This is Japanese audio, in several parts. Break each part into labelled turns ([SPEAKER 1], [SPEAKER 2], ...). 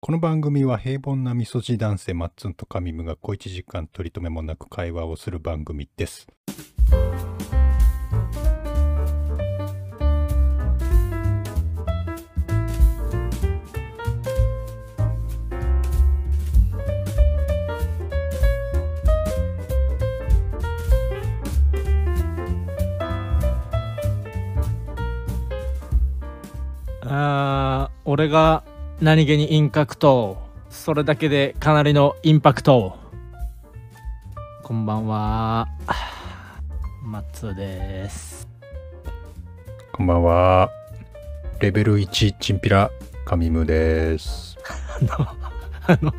[SPEAKER 1] この番組は平凡なみそじ男性マッツンとカミムが小一時間取り留めもなく会話をする番組です。
[SPEAKER 2] あー俺が何気にインパクトそれだけでかなりのインパクトこんばんはマッツーです
[SPEAKER 1] こんばんは。レベル1チンピラカミムです。
[SPEAKER 2] あのあの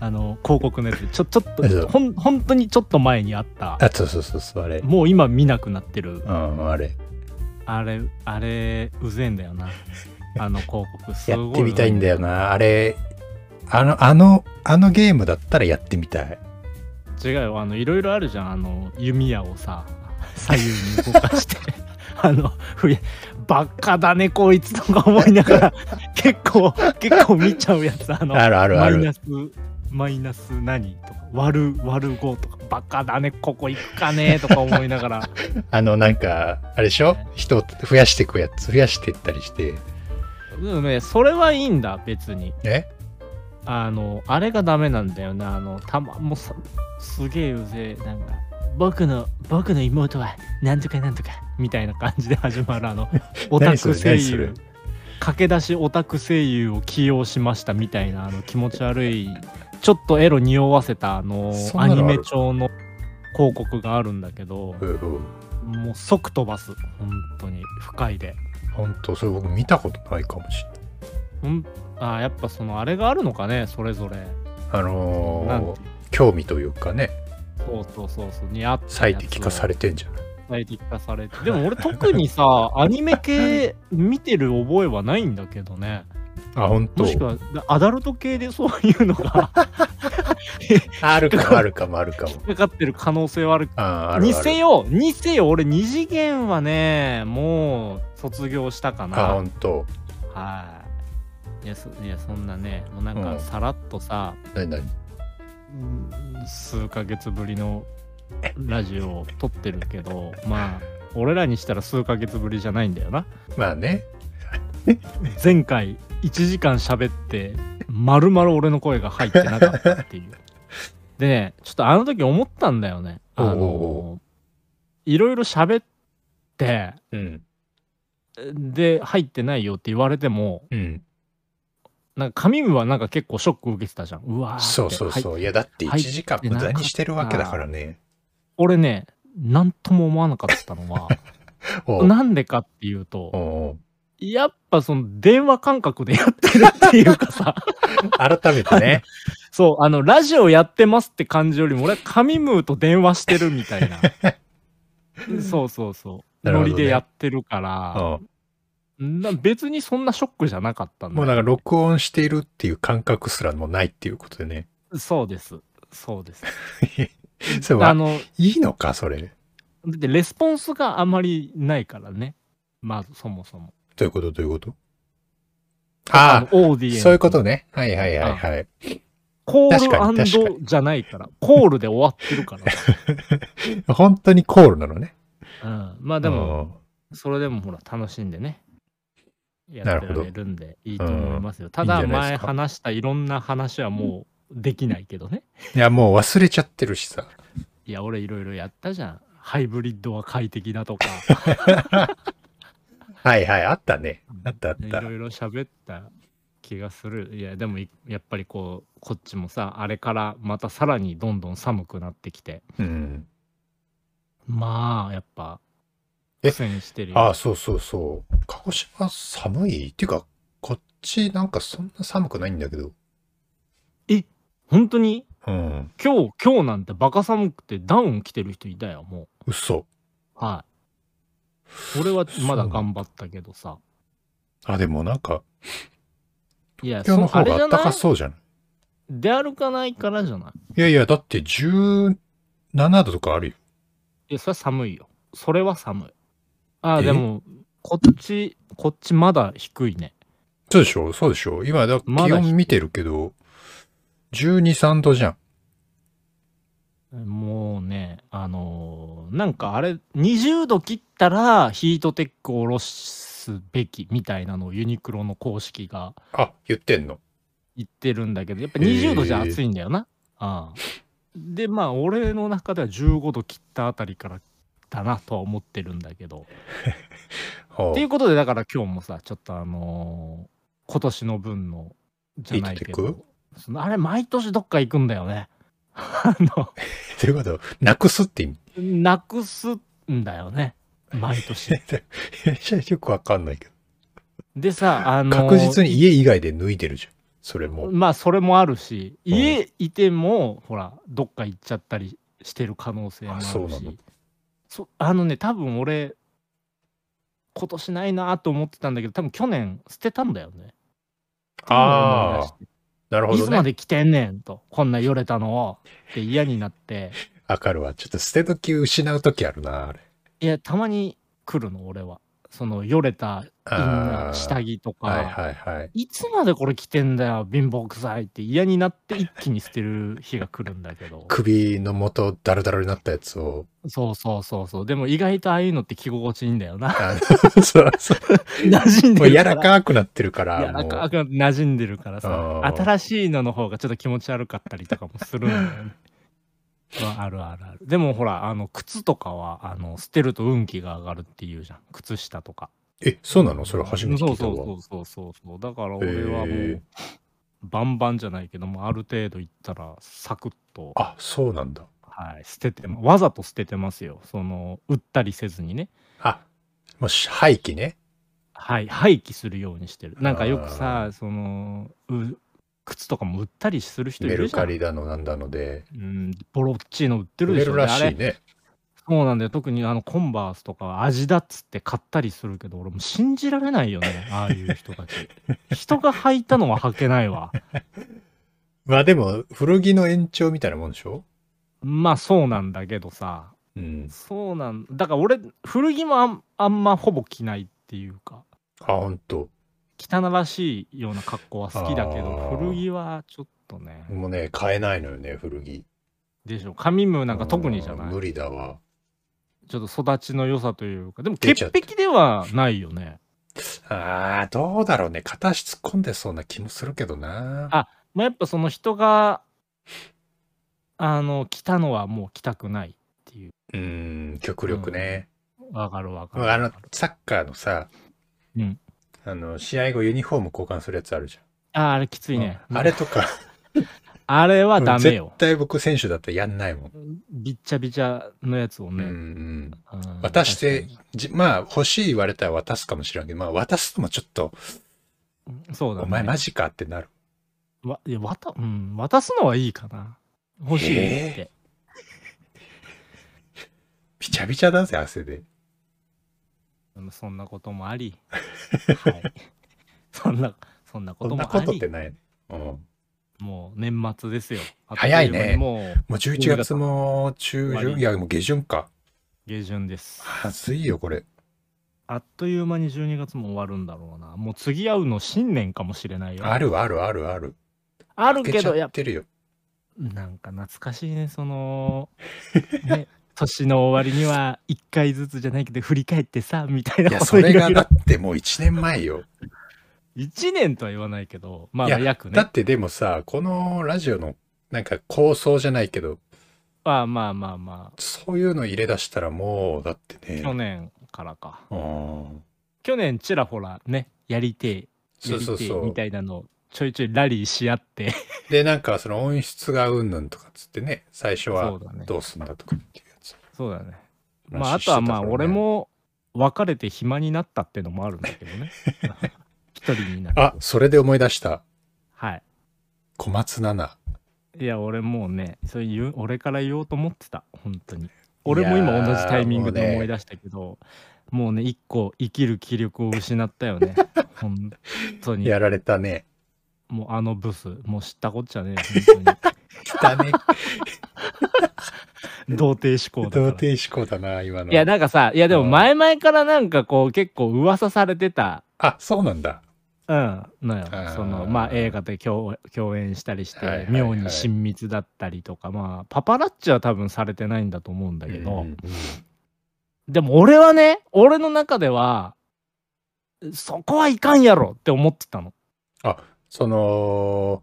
[SPEAKER 2] あの広告のやつちょちょっ
[SPEAKER 1] そう
[SPEAKER 2] とほん本当にちょっと前にあった
[SPEAKER 1] あ、そうそうそうそう、あれ。
[SPEAKER 2] もう今見なくなってる
[SPEAKER 1] うん、あれ。
[SPEAKER 2] あれあれうぜえんだよなあの広告す
[SPEAKER 1] や
[SPEAKER 2] ごい
[SPEAKER 1] ってみたいんだよな。あれ、あの、あの、あのゲームだったらやってみたい。
[SPEAKER 2] 違うよあのいろいろあるじゃんあの弓矢をさ左右に動かして あのふやバカだねこいつとか思いながら 結構結構見ちゃうやつあの
[SPEAKER 1] あるあるあ
[SPEAKER 2] マイナ
[SPEAKER 1] る。
[SPEAKER 2] スマイナス何とか割る割る5とかバカだねここ行くかねとか思いながら
[SPEAKER 1] あの、なんか、あれでしょ人を増やしていくやつ、増やしていったりして。
[SPEAKER 2] でもねそれはいいんだ別に
[SPEAKER 1] え
[SPEAKER 2] あのあれがダメなんだよねあのたまもうさすげえうぜえなんか僕の僕の妹はなんとかなんとかみたいな感じで始まるあのオタ
[SPEAKER 1] 何それ
[SPEAKER 2] ク声
[SPEAKER 1] 何それ
[SPEAKER 2] 優駆け出しオタク声優を起用しましたみたいなあの気持ち悪いちょっとエロ匂わせたあの
[SPEAKER 1] そん
[SPEAKER 2] ア
[SPEAKER 1] なのあ
[SPEAKER 2] ニ
[SPEAKER 1] る
[SPEAKER 2] メ調の広告があるんだけど
[SPEAKER 1] うんうん。
[SPEAKER 2] もう即飛ばす本当に不快で
[SPEAKER 1] 本当それ僕見たことないかもしれない。
[SPEAKER 2] ほんあーやっぱそのあれがあるのかねそれぞれ
[SPEAKER 1] あ
[SPEAKER 2] なんてい
[SPEAKER 1] の
[SPEAKER 2] う
[SPEAKER 1] ー興味というかね、
[SPEAKER 2] そうそうそうそうにあったやつを
[SPEAKER 1] 最適化されてんじゃない
[SPEAKER 2] 最適化されてでも俺特に さアニメ系見てる覚えはないんだけどね
[SPEAKER 1] あ、本当
[SPEAKER 2] もしくはアダルト系でそういうのが
[SPEAKER 1] あるかもあるかもあるかも。
[SPEAKER 2] かかってる可能性はある
[SPEAKER 1] あーある
[SPEAKER 2] に
[SPEAKER 1] あ
[SPEAKER 2] せ
[SPEAKER 1] る。
[SPEAKER 2] よにせよ俺二次元はねもう卒業したか
[SPEAKER 1] あ、
[SPEAKER 2] な
[SPEAKER 1] 本当
[SPEAKER 2] はいいやそいやそんなねもうなん
[SPEAKER 1] うん
[SPEAKER 2] かさらっとさ、
[SPEAKER 1] なになに
[SPEAKER 2] うん数ヶ月ぶりのラジオを撮ってるけどまあ俺らにしたら数ヶ月ぶりじゃないんだよな
[SPEAKER 1] まあね。
[SPEAKER 2] 前回1時間喋ってまるまる俺の声が入ってなかったっ ていうでねちょっとあの時思ったんだよねあ
[SPEAKER 1] おうおう
[SPEAKER 2] のいろいろ喋って
[SPEAKER 1] うん。
[SPEAKER 2] で入ってないよって言われても
[SPEAKER 1] うん。
[SPEAKER 2] なんか神はなんか結構ショック受けてたじゃんうわーって
[SPEAKER 1] そうそうそう。
[SPEAKER 2] はい
[SPEAKER 1] いや、だって1時間無駄にしてるわけだからね。
[SPEAKER 2] 俺ね何とも思わなかったのは
[SPEAKER 1] おう
[SPEAKER 2] なんでかっていうと
[SPEAKER 1] おう
[SPEAKER 2] やっぱその電話感覚でやってるっていうかさ
[SPEAKER 1] 改めてね。
[SPEAKER 2] そう、あの、ラジオやってますって感じよりも、俺は紙ムーと電話してるみた いな。そうそうそう。
[SPEAKER 1] なるほ
[SPEAKER 2] ノ
[SPEAKER 1] どね
[SPEAKER 2] リでやってるか
[SPEAKER 1] う
[SPEAKER 2] ら、
[SPEAKER 1] ん
[SPEAKER 2] な別にそんなショックじゃなかったんだ
[SPEAKER 1] もう
[SPEAKER 2] よ
[SPEAKER 1] なんか録音しているっていう感覚すらもうないっていうことでね。
[SPEAKER 2] そうです。そうです。
[SPEAKER 1] それ
[SPEAKER 2] あ
[SPEAKER 1] は
[SPEAKER 2] の、
[SPEAKER 1] いいのか、それ。
[SPEAKER 2] だってレスポンスがあまりないからね。まず、そもそも。
[SPEAKER 1] どういうことどういうこと
[SPEAKER 2] あ
[SPEAKER 1] あ
[SPEAKER 2] のオーデ
[SPEAKER 1] あ、
[SPEAKER 2] ィエンス。
[SPEAKER 1] そういうことね。はいはいはいはい。
[SPEAKER 2] コ
[SPEAKER 1] 確かに確
[SPEAKER 2] ー
[SPEAKER 1] か
[SPEAKER 2] ルじゃないから。コールで終わってるから。
[SPEAKER 1] 本当にコールなのね。
[SPEAKER 2] うん。まあでも、
[SPEAKER 1] うん
[SPEAKER 2] それでもほら楽しんでねや
[SPEAKER 1] な
[SPEAKER 2] っ
[SPEAKER 1] る
[SPEAKER 2] て
[SPEAKER 1] ほ
[SPEAKER 2] ら
[SPEAKER 1] ど
[SPEAKER 2] れるんでいいと思いますよ、た
[SPEAKER 1] いい
[SPEAKER 2] だ
[SPEAKER 1] んじゃないで
[SPEAKER 2] 前
[SPEAKER 1] すか
[SPEAKER 2] 話したいろんな話はもうできないけどね
[SPEAKER 1] いや、もう忘れちゃってるしさ。
[SPEAKER 2] いや俺いろいろやったじゃんハイブリッドは快適だ とか
[SPEAKER 1] はいはい、あったね。あったあっ
[SPEAKER 2] い
[SPEAKER 1] た。
[SPEAKER 2] ろいろ喋った気がするいやでもいやっぱりこうこっちもさあれからまたさらにどんどん寒くなってきて
[SPEAKER 1] うん。
[SPEAKER 2] まあやっぱ
[SPEAKER 1] え
[SPEAKER 2] 苦戦してるよ
[SPEAKER 1] ああ、そうそうそう。鹿児島寒いっていうか、こっちなんかそんな寒くないんだけど。
[SPEAKER 2] 本当に
[SPEAKER 1] うん。
[SPEAKER 2] 今日今日なんてバカ寒くてダウン着てる人いたよもう
[SPEAKER 1] 嘘。
[SPEAKER 2] はい。俺はまだ頑張ったけどさ。
[SPEAKER 1] あ、でもなんか、
[SPEAKER 2] いや、
[SPEAKER 1] 今日の
[SPEAKER 2] そあ
[SPEAKER 1] 方
[SPEAKER 2] れ
[SPEAKER 1] が
[SPEAKER 2] じゃ
[SPEAKER 1] 暖
[SPEAKER 2] な
[SPEAKER 1] か
[SPEAKER 2] い
[SPEAKER 1] そうじゃない
[SPEAKER 2] 出歩かないからじゃない。
[SPEAKER 1] いやいや、だって17度とかあるよ。
[SPEAKER 2] いや、それは寒いよ。それは寒い。ああ、
[SPEAKER 1] え
[SPEAKER 2] でも、こっち、こっちまだ低いね。
[SPEAKER 1] そうでしょそうでしょ今だ、
[SPEAKER 2] まだ
[SPEAKER 1] 気温見てるけど、12、3度じゃん。
[SPEAKER 2] もうね、あのーなんかあれ、20度切ったらヒートテックを下ろすべきみたいなのをユニクロの公式が
[SPEAKER 1] あ、言ってんの。
[SPEAKER 2] 言ってるんだけど、やっぱ
[SPEAKER 1] へー
[SPEAKER 2] 20度じゃ暑いんだよな。ああで、まあ、俺の中では15度切ったあたりからだなとは思ってるんだけど。
[SPEAKER 1] は
[SPEAKER 2] っていうことで、だから今日もさ、ちょっとあのー今年の分の、じゃないけ
[SPEAKER 1] ヒート
[SPEAKER 2] ど、そのあれ、毎年どっか行くんだよね。 あの、
[SPEAKER 1] あ、ということは、なくすって意味。
[SPEAKER 2] なくすんだよね毎年
[SPEAKER 1] よくわかんないけど。
[SPEAKER 2] でさあの
[SPEAKER 1] 確実に家以外で脱いでるじゃん。それも。
[SPEAKER 2] まあそれもあるし
[SPEAKER 1] うん
[SPEAKER 2] 家いてもほらどっか行っちゃったりしてる可能性もある
[SPEAKER 1] あ
[SPEAKER 2] し
[SPEAKER 1] そうなの
[SPEAKER 2] そあのね多分俺今年ないなと思ってたんだけど多分去年捨てたんだよね
[SPEAKER 1] ああ、なるほ
[SPEAKER 2] い
[SPEAKER 1] ど
[SPEAKER 2] つま
[SPEAKER 1] ね。
[SPEAKER 2] で来てんねんとこんなよれたのをって嫌になって
[SPEAKER 1] わかるわ。ちょっと捨て時失う時あるな、あれ。
[SPEAKER 2] いやたまに来るの俺はそのよれたイン
[SPEAKER 1] あ
[SPEAKER 2] ナー
[SPEAKER 1] ー
[SPEAKER 2] 下着とか、
[SPEAKER 1] はいはいはい。
[SPEAKER 2] いつまでこれ着てんだよ貧乏臭いって嫌になって一気に捨てる日が来るんだけど
[SPEAKER 1] 首の元ダルダルになったやつを。
[SPEAKER 2] そうそうそうそうでも意外とああいうのって着心地いいんだ よな
[SPEAKER 1] あのそうそう。
[SPEAKER 2] 馴染ん
[SPEAKER 1] もう
[SPEAKER 2] で
[SPEAKER 1] 柔
[SPEAKER 2] るから
[SPEAKER 1] らかくなってるか
[SPEAKER 2] 柔
[SPEAKER 1] ら、
[SPEAKER 2] ら
[SPEAKER 1] も
[SPEAKER 2] か
[SPEAKER 1] う。
[SPEAKER 2] く馴染んでるからさ
[SPEAKER 1] あー
[SPEAKER 2] 新しいのの方がちょっと気持ち悪かったりとかもするんだよ ねまあ、あるあるあるでもほらあの靴とかはあの捨てると運気が上がるっていうじゃん靴下とか
[SPEAKER 1] え、そうなのそれ初めて聞いたわ。
[SPEAKER 2] そうそうそうそうそうだから俺はも
[SPEAKER 1] へ
[SPEAKER 2] う、
[SPEAKER 1] ー
[SPEAKER 2] バンバンじゃないけどもある程度いったらサクッと
[SPEAKER 1] あ、そうなんだ。
[SPEAKER 2] はい、捨ててまわざと捨ててますよその売ったりせずにね、
[SPEAKER 1] あ、もうし廃棄ね。
[SPEAKER 2] はい、廃棄するようにしてるなんかよく
[SPEAKER 1] あ
[SPEAKER 2] さそのう靴とかも売ったりする人い
[SPEAKER 1] メ
[SPEAKER 2] る
[SPEAKER 1] ル
[SPEAKER 2] じゃ
[SPEAKER 1] カ
[SPEAKER 2] ん
[SPEAKER 1] リだのなんだので。
[SPEAKER 2] うん、ボロッチーノ売ってる
[SPEAKER 1] 売
[SPEAKER 2] で
[SPEAKER 1] れ
[SPEAKER 2] しょ
[SPEAKER 1] るら
[SPEAKER 2] で
[SPEAKER 1] し
[SPEAKER 2] あ
[SPEAKER 1] い
[SPEAKER 2] れ
[SPEAKER 1] ね。
[SPEAKER 2] そうなんだよ特にあのコンバースとか味だっつって買ったりするけど俺もう信じられない よねああいう人たち人が履いたのは履けないわ
[SPEAKER 1] まあでも、古着の延長みたいなもんでしょ
[SPEAKER 2] まあそうなんだけどさ
[SPEAKER 1] うん。
[SPEAKER 2] そうなんだから俺古着もあんあんまほぼ着ないっていうか
[SPEAKER 1] あ、ほんと。
[SPEAKER 2] 汚らしいような格好は好きだけ
[SPEAKER 1] あ
[SPEAKER 2] ど
[SPEAKER 1] ー
[SPEAKER 2] 古着はちょっとね、
[SPEAKER 1] もうね、買えないのよね、古着。
[SPEAKER 2] でしょ髪もなんか特にじゃ
[SPEAKER 1] う
[SPEAKER 2] なんい
[SPEAKER 1] 無理だわ。
[SPEAKER 2] ちょっと育ちの良さというかでも
[SPEAKER 1] 出ちゃ
[SPEAKER 2] 潔
[SPEAKER 1] って
[SPEAKER 2] 癖ではないよね
[SPEAKER 1] ああ、どうだろうね。片足突っ込んでそうな気もするけどな。
[SPEAKER 2] あまあ、やっぱその人があの着たのはもう着たくないっていう
[SPEAKER 1] うーん、極力ね。
[SPEAKER 2] わかるわかる
[SPEAKER 1] あの
[SPEAKER 2] わかる、
[SPEAKER 1] サッカーのさ、
[SPEAKER 2] うん
[SPEAKER 1] あの、試合後ユニフォーム交換するやつあるじ
[SPEAKER 2] あーあれきつ
[SPEAKER 1] ゃん。
[SPEAKER 2] いね、
[SPEAKER 1] うんあれとか、
[SPEAKER 2] あれはダメよ
[SPEAKER 1] 絶対僕選手だったらやんないもん。
[SPEAKER 2] びっちゃびちゃのやつを
[SPEAKER 1] うんう
[SPEAKER 2] ね、
[SPEAKER 1] ん。
[SPEAKER 2] うん
[SPEAKER 1] 渡して
[SPEAKER 2] 確か
[SPEAKER 1] じまあ、欲しい言われたら渡すかもしれんけど、まあ、渡すのもちょっと、
[SPEAKER 2] にそうだ、ね、
[SPEAKER 1] お前マジかってなる。
[SPEAKER 2] わいや渡,、うん、渡すのはいいかな欲しいって、
[SPEAKER 1] びちゃびちゃだぜ、汗で。
[SPEAKER 2] うんそんなこともあり、 はい、そんなそんなこ
[SPEAKER 1] そ
[SPEAKER 2] と
[SPEAKER 1] んな
[SPEAKER 2] もあ
[SPEAKER 1] ことっ
[SPEAKER 2] り
[SPEAKER 1] てないね。うん。も
[SPEAKER 2] もう年末ですよあっと
[SPEAKER 1] 早いう
[SPEAKER 2] 間
[SPEAKER 1] ね
[SPEAKER 2] にもう
[SPEAKER 1] う11月も中
[SPEAKER 2] 終わ
[SPEAKER 1] 旬、
[SPEAKER 2] り
[SPEAKER 1] いや、もう下旬か。
[SPEAKER 2] 下旬です
[SPEAKER 1] 暑いよ、これ。
[SPEAKER 2] あっという間に12月も終わるんだろうなもう次会うの新年かもしれないよ
[SPEAKER 1] あるあるあるある。
[SPEAKER 2] ある
[SPEAKER 1] 開け
[SPEAKER 2] け
[SPEAKER 1] ちゃ
[SPEAKER 2] どや
[SPEAKER 1] っ
[SPEAKER 2] って
[SPEAKER 1] るよ。
[SPEAKER 2] なんか懐かしいねその ね年の終わりには1回ずつじゃないけど振り返ってさみたいない
[SPEAKER 1] や、
[SPEAKER 2] こと
[SPEAKER 1] それが
[SPEAKER 2] いろ
[SPEAKER 1] だ
[SPEAKER 2] い
[SPEAKER 1] ってもう1年前よ。
[SPEAKER 2] ろ1年とは言わないけどまあ
[SPEAKER 1] いや
[SPEAKER 2] 約
[SPEAKER 1] だ
[SPEAKER 2] ね
[SPEAKER 1] ってでもさ、このラジオのなんか構想じゃないけど、
[SPEAKER 2] まあまあまあま
[SPEAKER 1] そういうの入れ出したらもう、だって
[SPEAKER 2] あ去
[SPEAKER 1] ね。
[SPEAKER 2] 年からか
[SPEAKER 1] うん
[SPEAKER 2] 去年ちらほらねやりてえ
[SPEAKER 1] そうそう
[SPEAKER 2] やりてえ
[SPEAKER 1] そ
[SPEAKER 2] み
[SPEAKER 1] う。
[SPEAKER 2] たいなのをちょいちょいラリーし合って
[SPEAKER 1] で、なんかその音質がうんぬんとかっつってね、最初
[SPEAKER 2] そ
[SPEAKER 1] は
[SPEAKER 2] うだね
[SPEAKER 1] どうすんだとかっていうやつ。
[SPEAKER 2] そうだね
[SPEAKER 1] らしい
[SPEAKER 2] まああとはまあ
[SPEAKER 1] してたからね
[SPEAKER 2] 俺も別れて暇になったってのもあるんだけど ね一人になる
[SPEAKER 1] あ、それで思い出した。
[SPEAKER 2] はい
[SPEAKER 1] 小松菜奈。
[SPEAKER 2] いや俺もうねそれ言う俺から言おうと思ってた本当に俺も今同じタイミングで思い出したけどもうね一個生きる気力を失った よね本当に
[SPEAKER 1] やられたね。
[SPEAKER 2] もうあのブスもう知ったこっちゃねえ本
[SPEAKER 1] 汚ね。
[SPEAKER 2] 当に童貞思考だから
[SPEAKER 1] 童貞思考だな、今の。
[SPEAKER 2] いやなんかさいやでも前々からなんかこう結構噂されてた
[SPEAKER 1] あ、そうなんだ。
[SPEAKER 2] うん、のよ
[SPEAKER 1] ー
[SPEAKER 2] そのまあ映画で共共演したりし
[SPEAKER 1] は
[SPEAKER 2] て、
[SPEAKER 1] いはいはい
[SPEAKER 2] 妙に親密だったりとかまあパパラッチは多分されてないんだと思うんだけど、
[SPEAKER 1] うん
[SPEAKER 2] でも俺はね俺の中ではそこはいかんやろって思ってたの
[SPEAKER 1] その、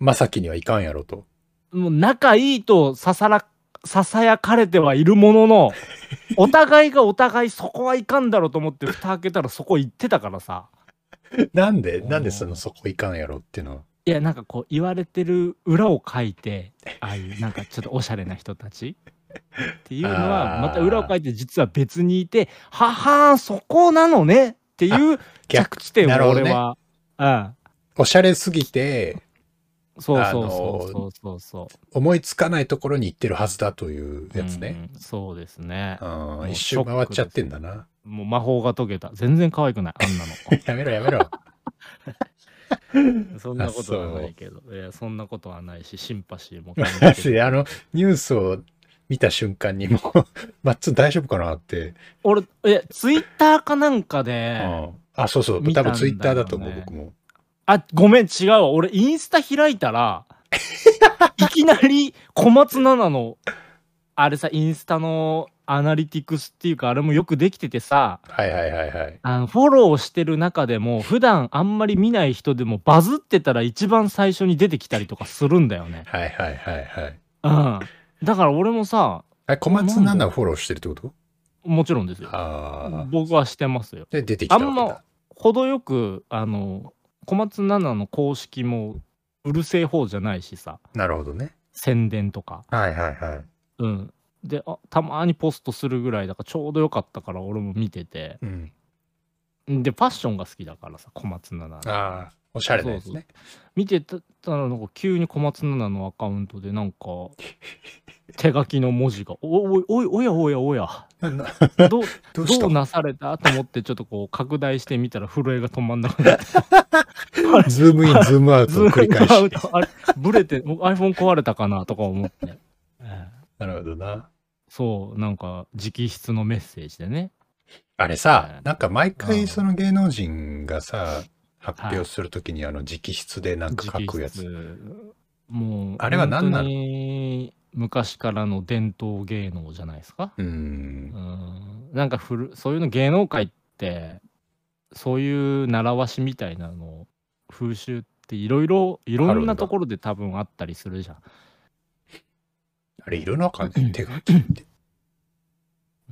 [SPEAKER 1] まさきにはいかんやろと。
[SPEAKER 2] もう仲いいとささらささやかれてはいるも ののお互いがお互いそこはいかんだろうと思って蓋開けたらそこ行ってたからさ
[SPEAKER 1] なんで、
[SPEAKER 2] うん
[SPEAKER 1] なんでその、そこいかんやろっていうのは。
[SPEAKER 2] いやなんかこう言われてる裏を書いてああいうなんかちょっとおしゃれな人たちっていうの
[SPEAKER 1] あ
[SPEAKER 2] は
[SPEAKER 1] ー
[SPEAKER 2] また裏を書いて実は別にいてははーんそこなのねっていう
[SPEAKER 1] 逆
[SPEAKER 2] 着地点
[SPEAKER 1] なる
[SPEAKER 2] を
[SPEAKER 1] ほど
[SPEAKER 2] 俺
[SPEAKER 1] ね
[SPEAKER 2] は、うん
[SPEAKER 1] おしゃれすぎて、
[SPEAKER 2] そう
[SPEAKER 1] あ
[SPEAKER 2] そう
[SPEAKER 1] の
[SPEAKER 2] そうそうそうそう
[SPEAKER 1] 思いつかないところに行ってるはずだというやつね。
[SPEAKER 2] うんそうですね
[SPEAKER 1] うん
[SPEAKER 2] う
[SPEAKER 1] 一周回っちゃってんだな。
[SPEAKER 2] もう魔法が解けた全然可愛くないあんなの
[SPEAKER 1] やめろや めろ。
[SPEAKER 2] そんなことは
[SPEAKER 1] あそう
[SPEAKER 2] ないけどいやそんなことはないしシンパシー も感じ
[SPEAKER 1] マ
[SPEAKER 2] て
[SPEAKER 1] ジ
[SPEAKER 2] る
[SPEAKER 1] であの、ニュースを見た瞬間にもう、 マッツン大丈夫かなって。
[SPEAKER 2] 俺えツイッターかなんかで、
[SPEAKER 1] うんあ、そうそう。
[SPEAKER 2] 見た
[SPEAKER 1] 多
[SPEAKER 2] んだ
[SPEAKER 1] 分
[SPEAKER 2] よね
[SPEAKER 1] ツイッターだと思う、僕も。
[SPEAKER 2] あ、ごめん、違うわ。俺、インスタ開いたら、いきなり小松菜奈の、あれさ、インスタのアナリティクスっていうか、あれもよくできててさ、
[SPEAKER 1] はいはいはいはい。
[SPEAKER 2] あのフォローしてる中でも、普段あんまり見ない人でも、バズってたら一番最初に出てきたりとかするんだよね。
[SPEAKER 1] はいはいはいはい。
[SPEAKER 2] うん。だから俺もさ、
[SPEAKER 1] あ小松菜奈をフォローしてるってこと
[SPEAKER 2] もちろんですよ。
[SPEAKER 1] ああ。
[SPEAKER 2] 僕はしてますよ。
[SPEAKER 1] で、出てきたわけだ。
[SPEAKER 2] あんま程よく、あの、小松菜奈の公式も、うるせえ方じゃないしさ、
[SPEAKER 1] なるほどね。
[SPEAKER 2] 宣伝とか。
[SPEAKER 1] はいはいはい。
[SPEAKER 2] うん、であたまにポストするぐらいだからちょうどよかったから俺も見てて
[SPEAKER 1] うん。
[SPEAKER 2] でファッションが好きだからさ小松菜奈
[SPEAKER 1] ああ、おしゃれなやつね。
[SPEAKER 2] 見てたらなんか急に小松菜奈のアカウントでなんか 手書きの文字が「おおいおいおやおやおや
[SPEAKER 1] な
[SPEAKER 2] どう
[SPEAKER 1] どうし
[SPEAKER 2] ど
[SPEAKER 1] た
[SPEAKER 2] うなされた?」と思ってちょっとこう拡大してみたら震えが止まんなくなってあれ
[SPEAKER 1] ズームイン、ズームアウ
[SPEAKER 2] ず
[SPEAKER 1] トを繰り返
[SPEAKER 2] っとアウ
[SPEAKER 1] し。
[SPEAKER 2] トあれ ブレてもう iPhone 壊れたかなとか 思って。うん
[SPEAKER 1] なるほどな。
[SPEAKER 2] そうなんか直筆のメッセージでね
[SPEAKER 1] あれ
[SPEAKER 2] う
[SPEAKER 1] さ
[SPEAKER 2] ん、
[SPEAKER 1] なんか毎
[SPEAKER 2] う
[SPEAKER 1] 回
[SPEAKER 2] ん
[SPEAKER 1] その芸能人がさ、発表するときにあの直筆でなんか書くやつ。
[SPEAKER 2] 直筆もう
[SPEAKER 1] あれは何なの
[SPEAKER 2] 本当に昔からの伝統芸能じゃないですか、
[SPEAKER 1] う。
[SPEAKER 2] うんん、なんか古そういうの芸能界ってそういう習わしみたいなの風習っていろいろいろ
[SPEAKER 1] ある
[SPEAKER 2] ん
[SPEAKER 1] んだ
[SPEAKER 2] なところで多分あったりするじゃん
[SPEAKER 1] あれ、いるのかね手書きって。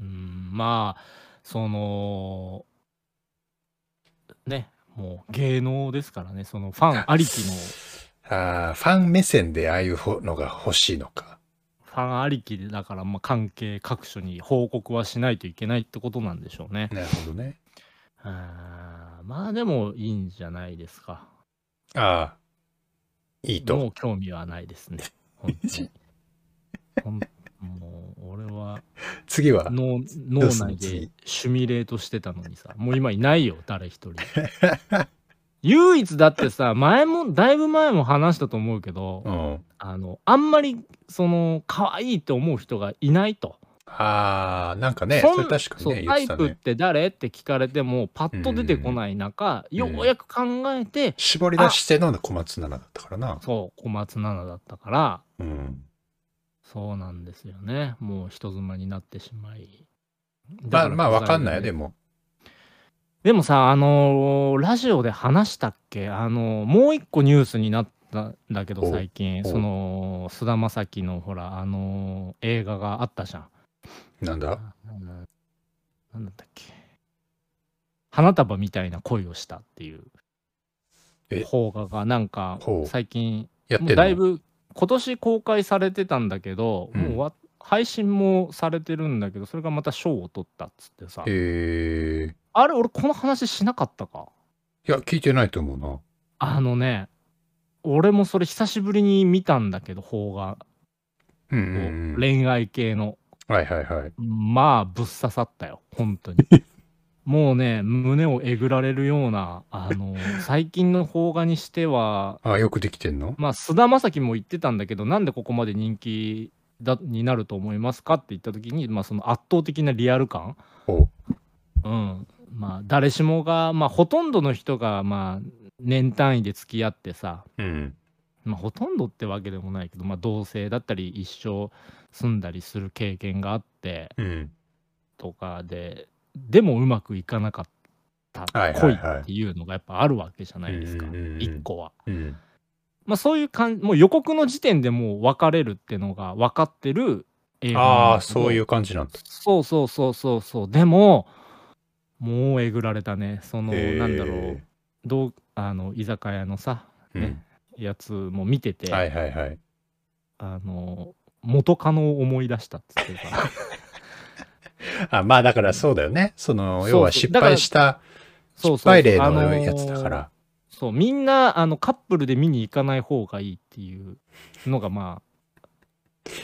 [SPEAKER 2] うんまあそのねもう芸能ですからねそのファンありきの
[SPEAKER 1] ああ、ファン目線でああいうほのが欲しいのか。
[SPEAKER 2] ファンありきでだから、まあ、関係各所に報告はしないといけないってことなんでしょうね。
[SPEAKER 1] なるほどね。
[SPEAKER 2] あーまあでもいいんじゃないですか。
[SPEAKER 1] ああ、いい
[SPEAKER 2] も
[SPEAKER 1] と。
[SPEAKER 2] う興味はないですね。 本当に。ほんもう俺は
[SPEAKER 1] 次は、
[SPEAKER 2] 脳
[SPEAKER 1] ど
[SPEAKER 2] 脳
[SPEAKER 1] うすんの
[SPEAKER 2] 内で
[SPEAKER 1] 次
[SPEAKER 2] シュミレートしてたのにさもう今いないよ誰一人。唯一だってさ前もだいぶ前も話したと思うけど、
[SPEAKER 1] うん。
[SPEAKER 2] あのあんまりその可愛いって思う人がいないと。
[SPEAKER 1] ああ、なんかね、
[SPEAKER 2] そん
[SPEAKER 1] それ確かに
[SPEAKER 2] そ
[SPEAKER 1] ね、
[SPEAKER 2] う
[SPEAKER 1] 言
[SPEAKER 2] タ
[SPEAKER 1] って
[SPEAKER 2] イ
[SPEAKER 1] た
[SPEAKER 2] プっ
[SPEAKER 1] ね。
[SPEAKER 2] て誰って聞かれてもパッと出てこない中、
[SPEAKER 1] ん
[SPEAKER 2] ようやく考えて、
[SPEAKER 1] 絞り出しての小松菜奈だったからな。
[SPEAKER 2] そう小松菜奈だったから
[SPEAKER 1] うん。
[SPEAKER 2] そうなんですよねもう人妻になってしまいだ
[SPEAKER 1] ま
[SPEAKER 2] か
[SPEAKER 1] あ
[SPEAKER 2] ら
[SPEAKER 1] まあ、わかんないよ、で
[SPEAKER 2] も
[SPEAKER 1] も。
[SPEAKER 2] でもさあのーラジオで話したっけあのーもう一個ニュースになったんだけど
[SPEAKER 1] お
[SPEAKER 2] 最近
[SPEAKER 1] お
[SPEAKER 2] その菅田将暉のほらあのー映画があったじゃん
[SPEAKER 1] なんだ
[SPEAKER 2] うんなんだったっけ花束みたいな恋をしたっていう
[SPEAKER 1] え
[SPEAKER 2] 邦画がなんか
[SPEAKER 1] ほう
[SPEAKER 2] 最近
[SPEAKER 1] やっ
[SPEAKER 2] もう
[SPEAKER 1] てん
[SPEAKER 2] だい
[SPEAKER 1] の
[SPEAKER 2] ぶ今年公開されてたんだけど、
[SPEAKER 1] うん
[SPEAKER 2] もう終わっ配信もされてるんだけどそれがまた賞を取ったっつってさ
[SPEAKER 1] ええ
[SPEAKER 2] あれ俺この話しなかったか
[SPEAKER 1] いや、聞いてないと思うな。
[SPEAKER 2] あのね俺もそれ久しぶりに見たんだけど邦画
[SPEAKER 1] うんう
[SPEAKER 2] を、
[SPEAKER 1] んうん。
[SPEAKER 2] 恋愛系の
[SPEAKER 1] はいはいはい。
[SPEAKER 2] まあぶっ刺さったよ本当にもうね胸をえぐられるようなあの最近の邦画にしては
[SPEAKER 1] あ、よくできてんの
[SPEAKER 2] まあ菅田将暉も言ってたんだけどなんでここまで人気だになると思いますかって言った時に、まあ、その圧倒的なリアル感、
[SPEAKER 1] ほ
[SPEAKER 2] うん、まあ誰しもがまあほとんどの人がまあ年単位で付き合ってさ、
[SPEAKER 1] うん。
[SPEAKER 2] まあ、ほとんどってわけでもないけど、まあ、同棲だったり一生住んだりする経験があって
[SPEAKER 1] うん。
[SPEAKER 2] とかででもうまくいかなかった
[SPEAKER 1] はいはい
[SPEAKER 2] 恋
[SPEAKER 1] はい
[SPEAKER 2] っていうのがやっぱあるわけじゃないですか
[SPEAKER 1] うんうんうん
[SPEAKER 2] 一個は。
[SPEAKER 1] うん。
[SPEAKER 2] まあそういう感じもう予告の時点でもう別れるってのが分かってる映画なん
[SPEAKER 1] あ
[SPEAKER 2] だ
[SPEAKER 1] あ、
[SPEAKER 2] けど
[SPEAKER 1] そういう感じなんだ。
[SPEAKER 2] そうそうそうそうそうでももうえぐられたねその、
[SPEAKER 1] へー
[SPEAKER 2] なんだろうどうあの居酒屋のさ
[SPEAKER 1] うん。
[SPEAKER 2] やつも見てて、
[SPEAKER 1] はいはいはい。
[SPEAKER 2] あの元カノを思い出したっつって さ
[SPEAKER 1] あまあだからそうだよね。その、
[SPEAKER 2] そう
[SPEAKER 1] 要は
[SPEAKER 2] そう
[SPEAKER 1] 失
[SPEAKER 2] だから
[SPEAKER 1] 敗した、
[SPEAKER 2] そうそ
[SPEAKER 1] 失
[SPEAKER 2] うそう
[SPEAKER 1] 敗例
[SPEAKER 2] あ
[SPEAKER 1] の
[SPEAKER 2] ー
[SPEAKER 1] やつだから。
[SPEAKER 2] そうみんなあのカップルで見に行かない方がいいっていうのがま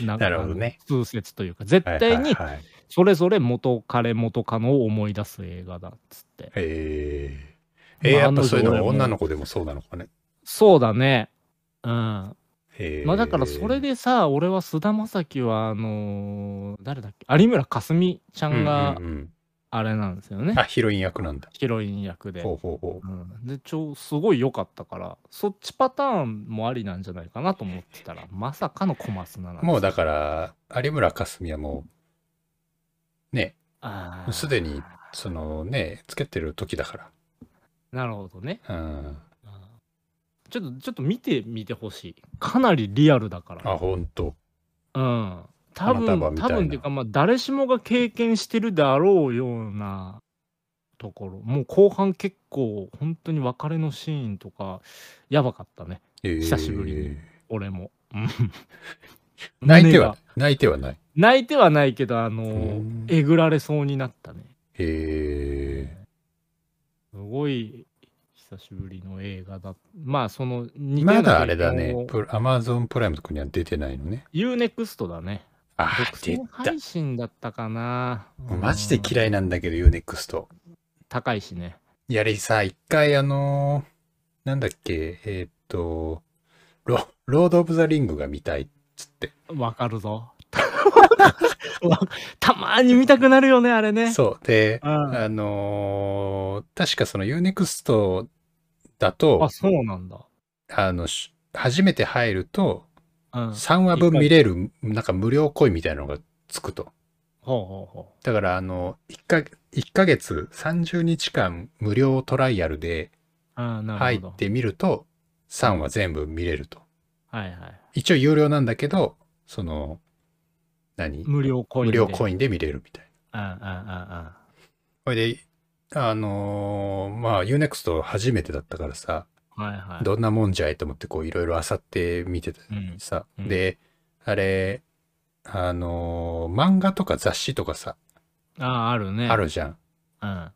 [SPEAKER 2] あな
[SPEAKER 1] なるほどね
[SPEAKER 2] あの通説というか絶
[SPEAKER 1] はい
[SPEAKER 2] 対
[SPEAKER 1] はい
[SPEAKER 2] に
[SPEAKER 1] はい。
[SPEAKER 2] それぞれ元彼元カノを思い出す映画だっつって
[SPEAKER 1] えー、えー
[SPEAKER 2] まあ
[SPEAKER 1] やっぱそういうの
[SPEAKER 2] あ
[SPEAKER 1] は
[SPEAKER 2] の
[SPEAKER 1] 女の子でもそうなのかね。
[SPEAKER 2] そうだねうん
[SPEAKER 1] えー、
[SPEAKER 2] まあだからそれでさ、俺は菅田将暉はあのー誰だっけ有村架純ちゃ
[SPEAKER 1] うんうん
[SPEAKER 2] んが
[SPEAKER 1] うん
[SPEAKER 2] あれなんですよね、
[SPEAKER 1] あ、ヒロイン役なんだ。
[SPEAKER 2] ヒロイン役で
[SPEAKER 1] ほう。ほうほう。
[SPEAKER 2] うん、でちょすごい良かったからそっちパターンもありなんじゃないかなと思ってたらまさかの小松菜なんです
[SPEAKER 1] もうだから、有村架純はもう、ね、
[SPEAKER 2] あー
[SPEAKER 1] すでに、そのね、つけてる時だか
[SPEAKER 2] なるほどね、
[SPEAKER 1] ら。うん。
[SPEAKER 2] うんちょっとちょっと見てみてほしいかなりリアルだか
[SPEAKER 1] あ、
[SPEAKER 2] ら
[SPEAKER 1] ほんと。
[SPEAKER 2] うん多
[SPEAKER 1] 花束
[SPEAKER 2] 分
[SPEAKER 1] みたいな
[SPEAKER 2] 多分っていうかまあ誰しもが経験してるであろうようなところもう後半結構本当に別れのシーンとかやばかったね
[SPEAKER 1] えー
[SPEAKER 2] 久しぶりに俺もうん
[SPEAKER 1] 泣いては
[SPEAKER 2] 胸が、
[SPEAKER 1] 泣いてはない。
[SPEAKER 2] 泣いてはないけどあの
[SPEAKER 1] うん
[SPEAKER 2] えぐられそうになったね
[SPEAKER 1] えー
[SPEAKER 2] すごい久しぶりの映画だまあその似た
[SPEAKER 1] ま
[SPEAKER 2] ような
[SPEAKER 1] だあれだ
[SPEAKER 2] 経験
[SPEAKER 1] ね
[SPEAKER 2] を。
[SPEAKER 1] アマゾンプライムとかには出てないのね。
[SPEAKER 2] UNEXT だね
[SPEAKER 1] あ
[SPEAKER 2] 独
[SPEAKER 1] 出た
[SPEAKER 2] 占配。信だったかな
[SPEAKER 1] マジで
[SPEAKER 2] い
[SPEAKER 1] 嫌いなんだけど、UNEXT。
[SPEAKER 2] 高いしね
[SPEAKER 1] やりさ、一回あのーなんだっけ、えーっと、ロ、ロード・オブ・ザ・リングが見たいっつって。
[SPEAKER 2] わかるぞ。わ たまーに見たくなるよね、あれね。
[SPEAKER 1] そう。で、
[SPEAKER 2] うん
[SPEAKER 1] あのー確かその UNEXT だと
[SPEAKER 2] あ、、そうなんだ。
[SPEAKER 1] あの、し初めて入ると、
[SPEAKER 2] うん。
[SPEAKER 1] 3話分見れる、なんか無料コインみたいなのがつくと。
[SPEAKER 2] ほうほうほ
[SPEAKER 1] だから、あの、1か一ヶ月30日間無料トライアルで
[SPEAKER 2] う。うん、な
[SPEAKER 1] 入
[SPEAKER 2] る
[SPEAKER 1] っ
[SPEAKER 2] ほど。
[SPEAKER 1] てみると、3話全部見れると。
[SPEAKER 2] はいはい。
[SPEAKER 1] 一応有料なんだけど、その、何
[SPEAKER 2] 無料コイン
[SPEAKER 1] 無
[SPEAKER 2] で。
[SPEAKER 1] 料コ
[SPEAKER 2] イン。
[SPEAKER 1] インで見れるみたいな。
[SPEAKER 2] うんうんうんうん。
[SPEAKER 1] これで、あのーまあ、UNEXT 初めてだったからさ、
[SPEAKER 2] はいはい。
[SPEAKER 1] どんなもんじゃいと思ってこういろいろ漁って見てた
[SPEAKER 2] うん
[SPEAKER 1] さ、
[SPEAKER 2] うん
[SPEAKER 1] で、あれ、あのー漫画とか雑誌とかさ、
[SPEAKER 2] ああ、あるね。
[SPEAKER 1] あ。るじゃん。
[SPEAKER 2] うん。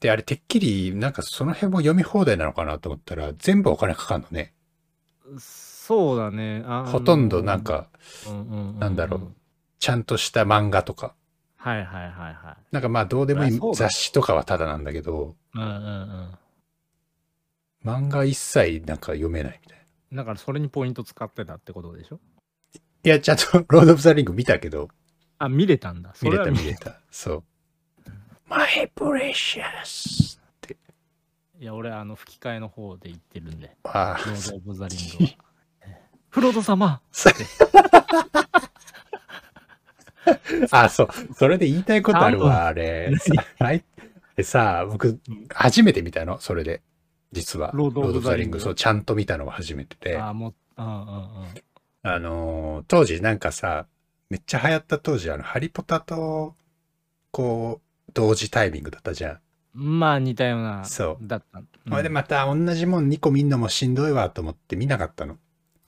[SPEAKER 1] で、あれ、てっきり、なんかその辺も読み放題なのかなと思ったら、全部お金かかんのね。
[SPEAKER 2] そうだね。あ
[SPEAKER 1] ほとんどなん、か、
[SPEAKER 2] うんうんう
[SPEAKER 1] なんだろう。ちゃんとした漫画とか。
[SPEAKER 2] はいはいはいは
[SPEAKER 1] なんかまあ、どうでもい
[SPEAKER 2] あ
[SPEAKER 1] い
[SPEAKER 2] そうだ
[SPEAKER 1] 雑誌とかはただなんだけど、
[SPEAKER 2] い。うんうん
[SPEAKER 1] 漫画一切なんか読めないみたいな。
[SPEAKER 2] うん。だからそれにポイント使ってたってことでしょ
[SPEAKER 1] いや、ちゃんと、 ロード・オブ・ザ・リング見たけど、
[SPEAKER 2] あ、見れたんだ。そ
[SPEAKER 1] 見れ
[SPEAKER 2] は
[SPEAKER 1] た見れた。そう。My precious!
[SPEAKER 2] いや、俺、あの、吹き替えの方で言ってるん で。
[SPEAKER 1] あ
[SPEAKER 2] ロー
[SPEAKER 1] あ、
[SPEAKER 2] ド・オブ・ザ・リングは。 フロード様
[SPEAKER 1] あ、そう。それで言いたいことある
[SPEAKER 2] 多
[SPEAKER 1] わ、あれ。さはい。でさあ、僕、初めて見たの、それで。実は。
[SPEAKER 2] ロードオブザリング
[SPEAKER 1] そう、ちゃんと見たのは初めてで。
[SPEAKER 2] あーもう、うんうんうん。
[SPEAKER 1] あのー当時なんかさ、めっちゃ流行った当時、あの、ハリポタと、こう、同時タイミングだったじゃ
[SPEAKER 2] まあ似たような。
[SPEAKER 1] そう
[SPEAKER 2] だった。
[SPEAKER 1] ん。ほ、れでまた同じもん2個見んのもしんどいわと思って見なかったの。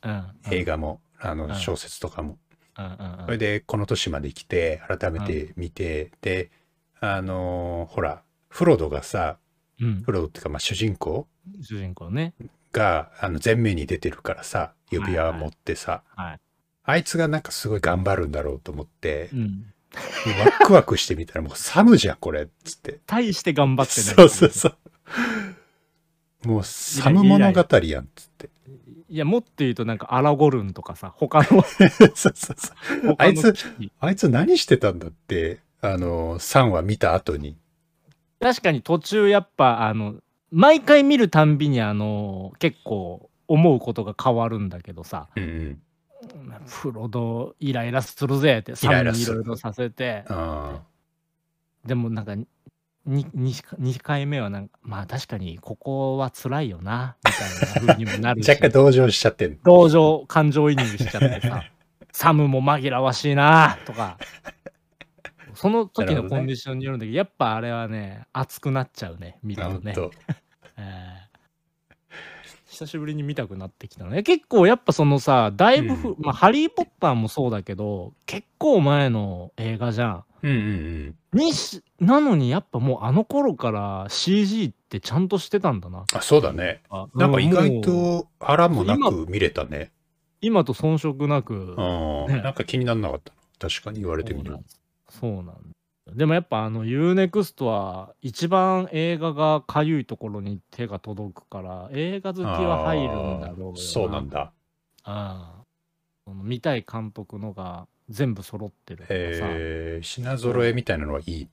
[SPEAKER 2] うん、うん
[SPEAKER 1] 映。画も、あ
[SPEAKER 2] うん
[SPEAKER 1] の、小説とかも。
[SPEAKER 2] うんうん
[SPEAKER 1] それで、この年まで来て、改めて見て、で、あのーほら、フロドがさ、
[SPEAKER 2] うん
[SPEAKER 1] フロドっていうか、まあ、主人公
[SPEAKER 2] うん。主人公ね。
[SPEAKER 1] が、あの、前面に出てるからさ、指輪持ってさ、
[SPEAKER 2] はい。
[SPEAKER 1] あいつがなんかすごい頑張るんだろうと思って
[SPEAKER 2] う、ん。
[SPEAKER 1] ワクワクしてみたら、もうサムじゃん、これ、つって。
[SPEAKER 2] 対して頑張ってない。
[SPEAKER 1] そうそうそう。もう、サム物語やん、つって。
[SPEAKER 2] いや、もっと言うと、なんか、アラゴルンとかさ、他 の、
[SPEAKER 1] そうそうそう。
[SPEAKER 2] 他の
[SPEAKER 1] あいつ
[SPEAKER 2] 機器
[SPEAKER 1] あいつ何してたんだって、あの、サンは見た後に
[SPEAKER 2] 確かに途中やっぱあの毎回見るたんびにあの結構思うことが変わるんだけどさ
[SPEAKER 1] うんうん。
[SPEAKER 2] フロドイライラするぜって
[SPEAKER 1] イラ
[SPEAKER 2] サ
[SPEAKER 1] イ
[SPEAKER 2] ム
[SPEAKER 1] ラ
[SPEAKER 2] にい
[SPEAKER 1] する
[SPEAKER 2] ろいろさせて
[SPEAKER 1] あ
[SPEAKER 2] でもなんか 2, 回目はなんかまあ確かにここは辛いよなみたいな風にもな
[SPEAKER 1] ー
[SPEAKER 2] る し
[SPEAKER 1] 若干同情しちゃってる。
[SPEAKER 2] 同情感情移入しちゃって さサムも紛らわしいなとかその時のコンディションによるんだけどやっぱあれはね熱くなっちゃうね見る
[SPEAKER 1] な
[SPEAKER 2] と
[SPEAKER 1] るほ
[SPEAKER 2] ね、
[SPEAKER 1] ど。
[SPEAKER 2] えー久しぶりに見たくなってきたね結構やっぱそのさだいぶふ、
[SPEAKER 1] うん
[SPEAKER 2] まあ「ハリー・ポッター」もそうだけど結構前の映画じゃん
[SPEAKER 1] うんうんうん。
[SPEAKER 2] にしなのにやっぱもうあの頃から CG ってちゃんとしてたんだな
[SPEAKER 1] あ、そうだね。
[SPEAKER 2] な
[SPEAKER 1] なんか意外と腹もな
[SPEAKER 2] 今
[SPEAKER 1] く見れたね。
[SPEAKER 2] 今と遜色なく
[SPEAKER 1] あ
[SPEAKER 2] ね
[SPEAKER 1] ーなんか気にならなかった。確かに言われてみる。
[SPEAKER 2] そうなんだでもやっぱあの UNEXT は一番映画がかゆいところに手が届くから映画好きは入るんだろう
[SPEAKER 1] あ
[SPEAKER 2] よ
[SPEAKER 1] ーそうなんだ。
[SPEAKER 2] ああその見たい監督のが全部揃ってるからさ、
[SPEAKER 1] えー、品揃えみたいなのはいい。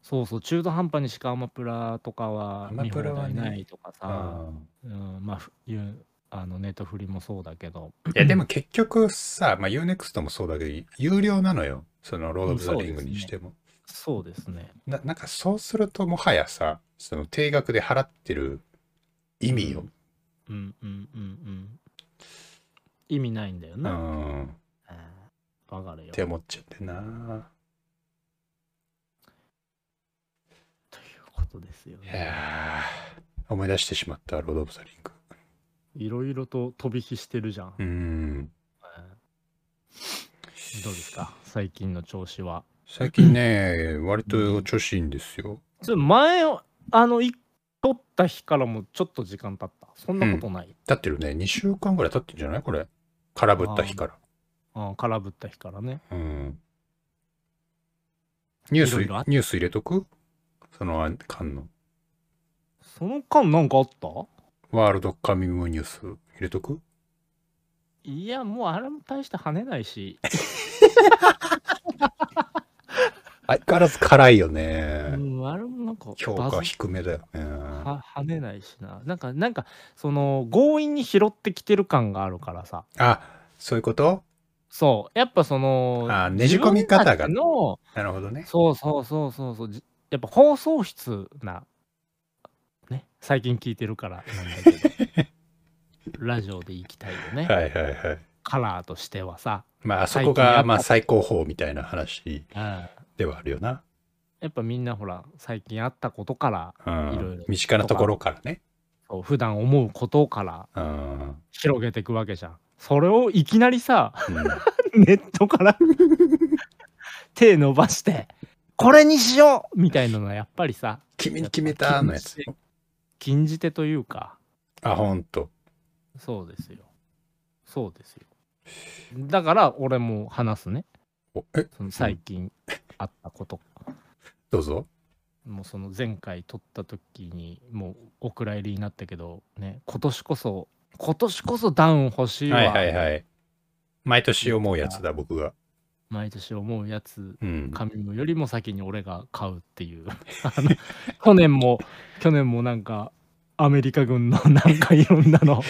[SPEAKER 2] そうそう中途半端にしかアマプラとかは
[SPEAKER 1] アマ
[SPEAKER 2] 見
[SPEAKER 1] プ
[SPEAKER 2] 放
[SPEAKER 1] ラは
[SPEAKER 2] 題
[SPEAKER 1] ね
[SPEAKER 2] ないとかさ、
[SPEAKER 1] うん
[SPEAKER 2] うん、まあふいうあのネットフリもそうだけど
[SPEAKER 1] いや、でも結局さ、まあ、UNEXT もそうだけど、有料なのよ。その、ロード・オブ・ザ・リングにしても。
[SPEAKER 2] そうですね
[SPEAKER 1] ななんかそうするともはやさその定額で払ってる意味よ、
[SPEAKER 2] うんうんうんうん意味ないんだよ
[SPEAKER 1] う
[SPEAKER 2] な、
[SPEAKER 1] ん、っ
[SPEAKER 2] うん、わかるよ
[SPEAKER 1] て思っちゃってな
[SPEAKER 2] ということですよ
[SPEAKER 1] い
[SPEAKER 2] ね。
[SPEAKER 1] やー思い出してしまったロード・オブ・ザ・リング
[SPEAKER 2] いろいろと飛び火してるじゃん。
[SPEAKER 1] うん
[SPEAKER 2] どうですか最近の調子は。
[SPEAKER 1] 最近ね割と調子いいんですよ
[SPEAKER 2] ちょ前あのい撮った日からもちょっと時間経った。そんなことない。
[SPEAKER 1] 経ってるね2週間ぐらい経ってるんじゃないこれ空振った日から
[SPEAKER 2] あー空振った日からね。
[SPEAKER 1] うんニュース
[SPEAKER 2] いろいろあっ
[SPEAKER 1] ニュース入れとくそのあ間の
[SPEAKER 2] その間なんかあった
[SPEAKER 1] ワールドカミングニュース入れとく
[SPEAKER 2] いやもうあれも大して跳ねないし。
[SPEAKER 1] 相変わらず辛いよね、
[SPEAKER 2] うん、あれもなんか
[SPEAKER 1] 評
[SPEAKER 2] バズ
[SPEAKER 1] 価低めだよね。
[SPEAKER 2] は跳ねないしな。なんかなんかその強引に拾ってきてる感があるからさ。
[SPEAKER 1] あそういうこと
[SPEAKER 2] そうやっぱその
[SPEAKER 1] あーねじ込み方が
[SPEAKER 2] 自分たちの
[SPEAKER 1] なるほどね。
[SPEAKER 2] そうそうそうそうそうじやっぱ放送室なね最近聞いてる からなんだけどラジオで行きたいよね、
[SPEAKER 1] はいはいはい。
[SPEAKER 2] カラーとしてはさ、
[SPEAKER 1] まあそこ
[SPEAKER 2] 最近やっ
[SPEAKER 1] が
[SPEAKER 2] ぱ
[SPEAKER 1] まあ最高峰みたいな話
[SPEAKER 2] うん、や
[SPEAKER 1] ではあるよな。
[SPEAKER 2] っぱみんなほら最近あったことから
[SPEAKER 1] う
[SPEAKER 2] いろい
[SPEAKER 1] ん
[SPEAKER 2] ろ、
[SPEAKER 1] 身近なところからね。
[SPEAKER 2] そう普段思うことから
[SPEAKER 1] うん、
[SPEAKER 2] 広げていくわけじゃんそれをいきなりさ
[SPEAKER 1] うん
[SPEAKER 2] ネットから手伸ばしてこれにしようみたいなのはやっぱりさ
[SPEAKER 1] 君に決めたのやつ。
[SPEAKER 2] 禁じ手というか
[SPEAKER 1] あ、ほんと。
[SPEAKER 2] そうですよ。そうですよ。だから俺も話すね。
[SPEAKER 1] おえ、
[SPEAKER 2] その最近あったこと。
[SPEAKER 1] どうぞ。
[SPEAKER 2] もうその前回撮った時にもうお蔵入りになったけどね、今年こそ、今年こそダウン欲しいわ。
[SPEAKER 1] はいはいはい。毎年思うやつだ、僕が。
[SPEAKER 2] 毎年思うやつ。
[SPEAKER 1] うん。
[SPEAKER 2] 神ムよりも先に俺が買うっていう あの去年も去年もなんかアメリカ軍の なんかいろんなの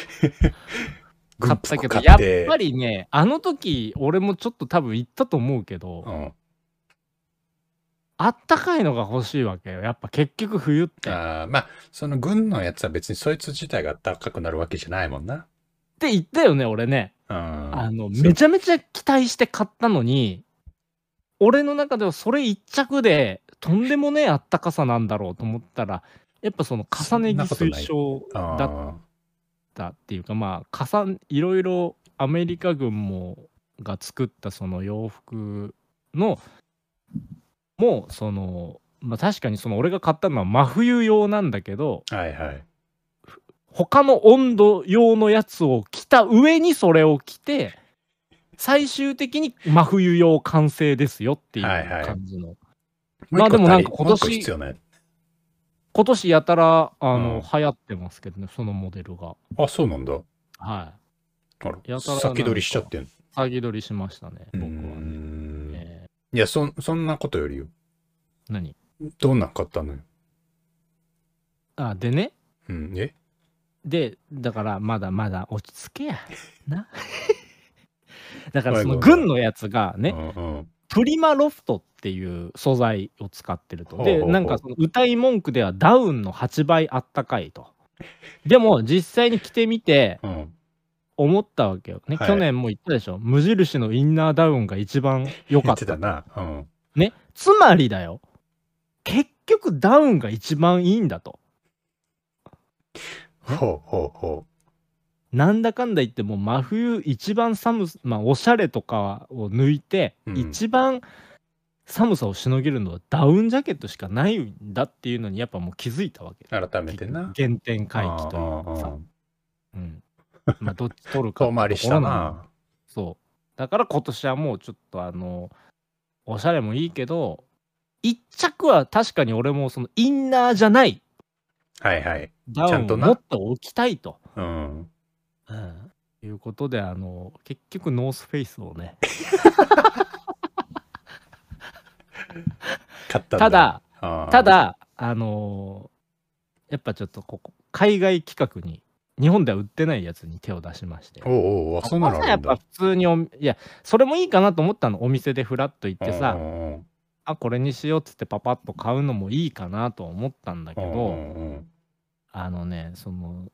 [SPEAKER 2] 買ったけど、やっぱ
[SPEAKER 1] り。
[SPEAKER 2] りね、あの時、俺もちょっと多分言ったと思うけど、
[SPEAKER 1] うん、
[SPEAKER 2] あったかいのが欲しいわけよ。やっぱ結局冬って。っ
[SPEAKER 1] あーまあその軍のやつは別にそいつ自体が暖かくなるわけじゃないもんな。
[SPEAKER 2] て言ったよね、俺ね。
[SPEAKER 1] うん、
[SPEAKER 2] あの、
[SPEAKER 1] そう
[SPEAKER 2] めちゃめちゃ期待して買ったのに、俺の中ではそれ一着で、とんでもねえあったかさなんだろうと思ったら、やっぱその重ね着推奨
[SPEAKER 1] あ
[SPEAKER 2] だっ
[SPEAKER 1] ー
[SPEAKER 2] ったっていうかまあ加算いろいろアメリカ軍もが作ったその洋服のもうその、まあ、確かにその俺が買ったのは真冬用なんだけど
[SPEAKER 1] はいはい。
[SPEAKER 2] 他の温度用のやつを着た上にそれを着て最終的に真冬用完成ですよっていう
[SPEAKER 1] はいはい
[SPEAKER 2] 感じの、まあでもなんか今年
[SPEAKER 1] もう一個必要なやつ
[SPEAKER 2] 今年やたらあの、
[SPEAKER 1] うん
[SPEAKER 2] 流行ってますけどねそのモデルが
[SPEAKER 1] あ、そうなんだ。
[SPEAKER 2] は
[SPEAKER 1] あら
[SPEAKER 2] やたらなんか
[SPEAKER 1] 先取りしちゃってんの。
[SPEAKER 2] い先取りしましたね僕は
[SPEAKER 1] うー
[SPEAKER 2] ね、
[SPEAKER 1] ん
[SPEAKER 2] え
[SPEAKER 1] いやそん、そんなことよりよ。
[SPEAKER 2] ー何
[SPEAKER 1] どんなん買ったのよ。
[SPEAKER 2] あでね
[SPEAKER 1] うん、え
[SPEAKER 2] でだからまだまだ落ち着けやな だから
[SPEAKER 1] はい
[SPEAKER 2] そ
[SPEAKER 1] はいは
[SPEAKER 2] の
[SPEAKER 1] い
[SPEAKER 2] 軍のやつがね、
[SPEAKER 1] うんうん、
[SPEAKER 2] プリマロフトっていう素材を使ってると。
[SPEAKER 1] ほうほう
[SPEAKER 2] で、
[SPEAKER 1] ほう
[SPEAKER 2] なんかその歌い文句ではダウンの8倍あったかいと。でも実際に着てみて
[SPEAKER 1] うん、
[SPEAKER 2] 思ったわけよ。ね、
[SPEAKER 1] はい
[SPEAKER 2] 去年も言ったでしょ。無印のインナーダウンが一番良
[SPEAKER 1] 言
[SPEAKER 2] か
[SPEAKER 1] っ
[SPEAKER 2] っ
[SPEAKER 1] てた
[SPEAKER 2] た。
[SPEAKER 1] な、うん、
[SPEAKER 2] ね、つまりだよ。結局ダウンが一番いいんだと。
[SPEAKER 1] ほうほうほ
[SPEAKER 2] なんだかんだ言ってもう真冬一番寒さ、まあおしゃれとかを抜いて、
[SPEAKER 1] うん
[SPEAKER 2] 一番寒さをしのげるのはダウンジャケットしかないんだっていうのにやっぱもう気づいたわけ。
[SPEAKER 1] う改めてな
[SPEAKER 2] 原点回帰というか
[SPEAKER 1] うん
[SPEAKER 2] さ
[SPEAKER 1] う、ん
[SPEAKER 2] うん、まあどっち取 るか
[SPEAKER 1] 遠回りしたな
[SPEAKER 2] そうだから今年はもうちょっとあのおしゃれもいいけど一着は確かに俺もそのインナーじゃない
[SPEAKER 1] はいはい、
[SPEAKER 2] ダウ
[SPEAKER 1] ちゃ
[SPEAKER 2] ン
[SPEAKER 1] ん
[SPEAKER 2] を
[SPEAKER 1] とな
[SPEAKER 2] 持っておきたいと、
[SPEAKER 1] うん、
[SPEAKER 2] うん、いうことであの結局ノースフェイスをね
[SPEAKER 1] 買ったん
[SPEAKER 2] ただ
[SPEAKER 1] あー
[SPEAKER 2] ただあのやっぱちょっとここ海外企画に日本では売ってないやつに手を出しまして
[SPEAKER 1] おうおうあそうなの
[SPEAKER 2] 朝
[SPEAKER 1] あ
[SPEAKER 2] や
[SPEAKER 1] る
[SPEAKER 2] っ
[SPEAKER 1] んだ
[SPEAKER 2] ぱ普通においやそれもいいかなと思ったのお店でフラッと行ってさ、
[SPEAKER 1] うんうんうん
[SPEAKER 2] あこれにしようっつってパパッと買うのもいいかなと思ったんだけど、
[SPEAKER 1] うんうんうん
[SPEAKER 2] あのねその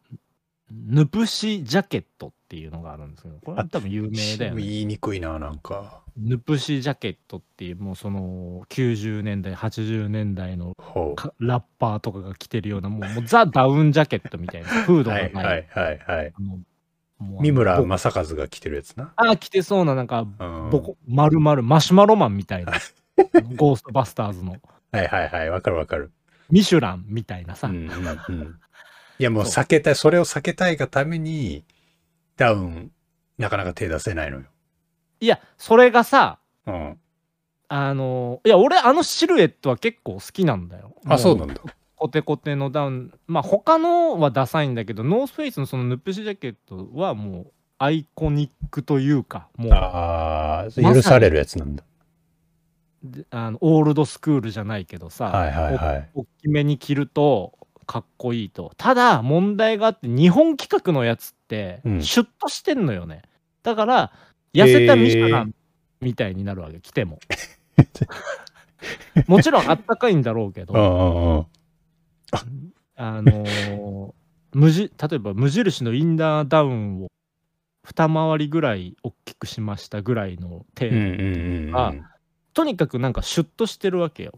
[SPEAKER 2] ヌプシジャケットっていうのがあるんですけどこれ多分有名だよね
[SPEAKER 1] 言いにくいななんか
[SPEAKER 2] ヌプシジャケットっていうもうその90年代80年代の
[SPEAKER 1] ほう
[SPEAKER 2] かラッパーとかが着てるようなもうもうザ・ダウンジャケットみたいなフードが
[SPEAKER 1] は
[SPEAKER 2] な
[SPEAKER 1] い
[SPEAKER 2] い
[SPEAKER 1] はいはいはい
[SPEAKER 2] あのもう
[SPEAKER 1] 三村
[SPEAKER 2] ぼ
[SPEAKER 1] 正和が着てるやつな
[SPEAKER 2] あー着てそうななんか
[SPEAKER 1] うん
[SPEAKER 2] ボコ、丸々マシュマロマンみた いなあのゴーストバスターズの
[SPEAKER 1] はいはいはいわかるわかる
[SPEAKER 2] ミシュランみたいなさ、
[SPEAKER 1] うんうんうんいやもう
[SPEAKER 2] そう
[SPEAKER 1] 避けたいそれを避けたいがためにダウンなかなか手出せないのよ
[SPEAKER 2] いやそれがさ
[SPEAKER 1] うん
[SPEAKER 2] あのいや俺あのシルエットは結構好きなんだよ
[SPEAKER 1] あそうなん
[SPEAKER 2] だ
[SPEAKER 1] だ
[SPEAKER 2] コテコテのダウンまあ他のはダサいんだけどノースフェイスのそのヌプシジャケットはもうアイコニックというかもう
[SPEAKER 1] あ
[SPEAKER 2] まさ
[SPEAKER 1] あ
[SPEAKER 2] に
[SPEAKER 1] 許されるやつなんだ
[SPEAKER 2] であのオールドスクールじゃないけどさ、
[SPEAKER 1] はいはいはい
[SPEAKER 2] お大きめに着るとかっこいいとただ問題があって日本企画のやつって
[SPEAKER 1] うん
[SPEAKER 2] シュッとしてんのよね、だから痩せたミシュランみたいになるわけ着 てももちろんあったかいんだろうけ
[SPEAKER 1] う
[SPEAKER 2] ど
[SPEAKER 1] んうんうん
[SPEAKER 2] あのー無地例えば無印のインナーダウンを二回りぐらい大きくしましたぐらいの程
[SPEAKER 1] うん
[SPEAKER 2] 度、
[SPEAKER 1] うんうんう
[SPEAKER 2] あ
[SPEAKER 1] ん
[SPEAKER 2] とにかくなんかシュッとしてるわけよ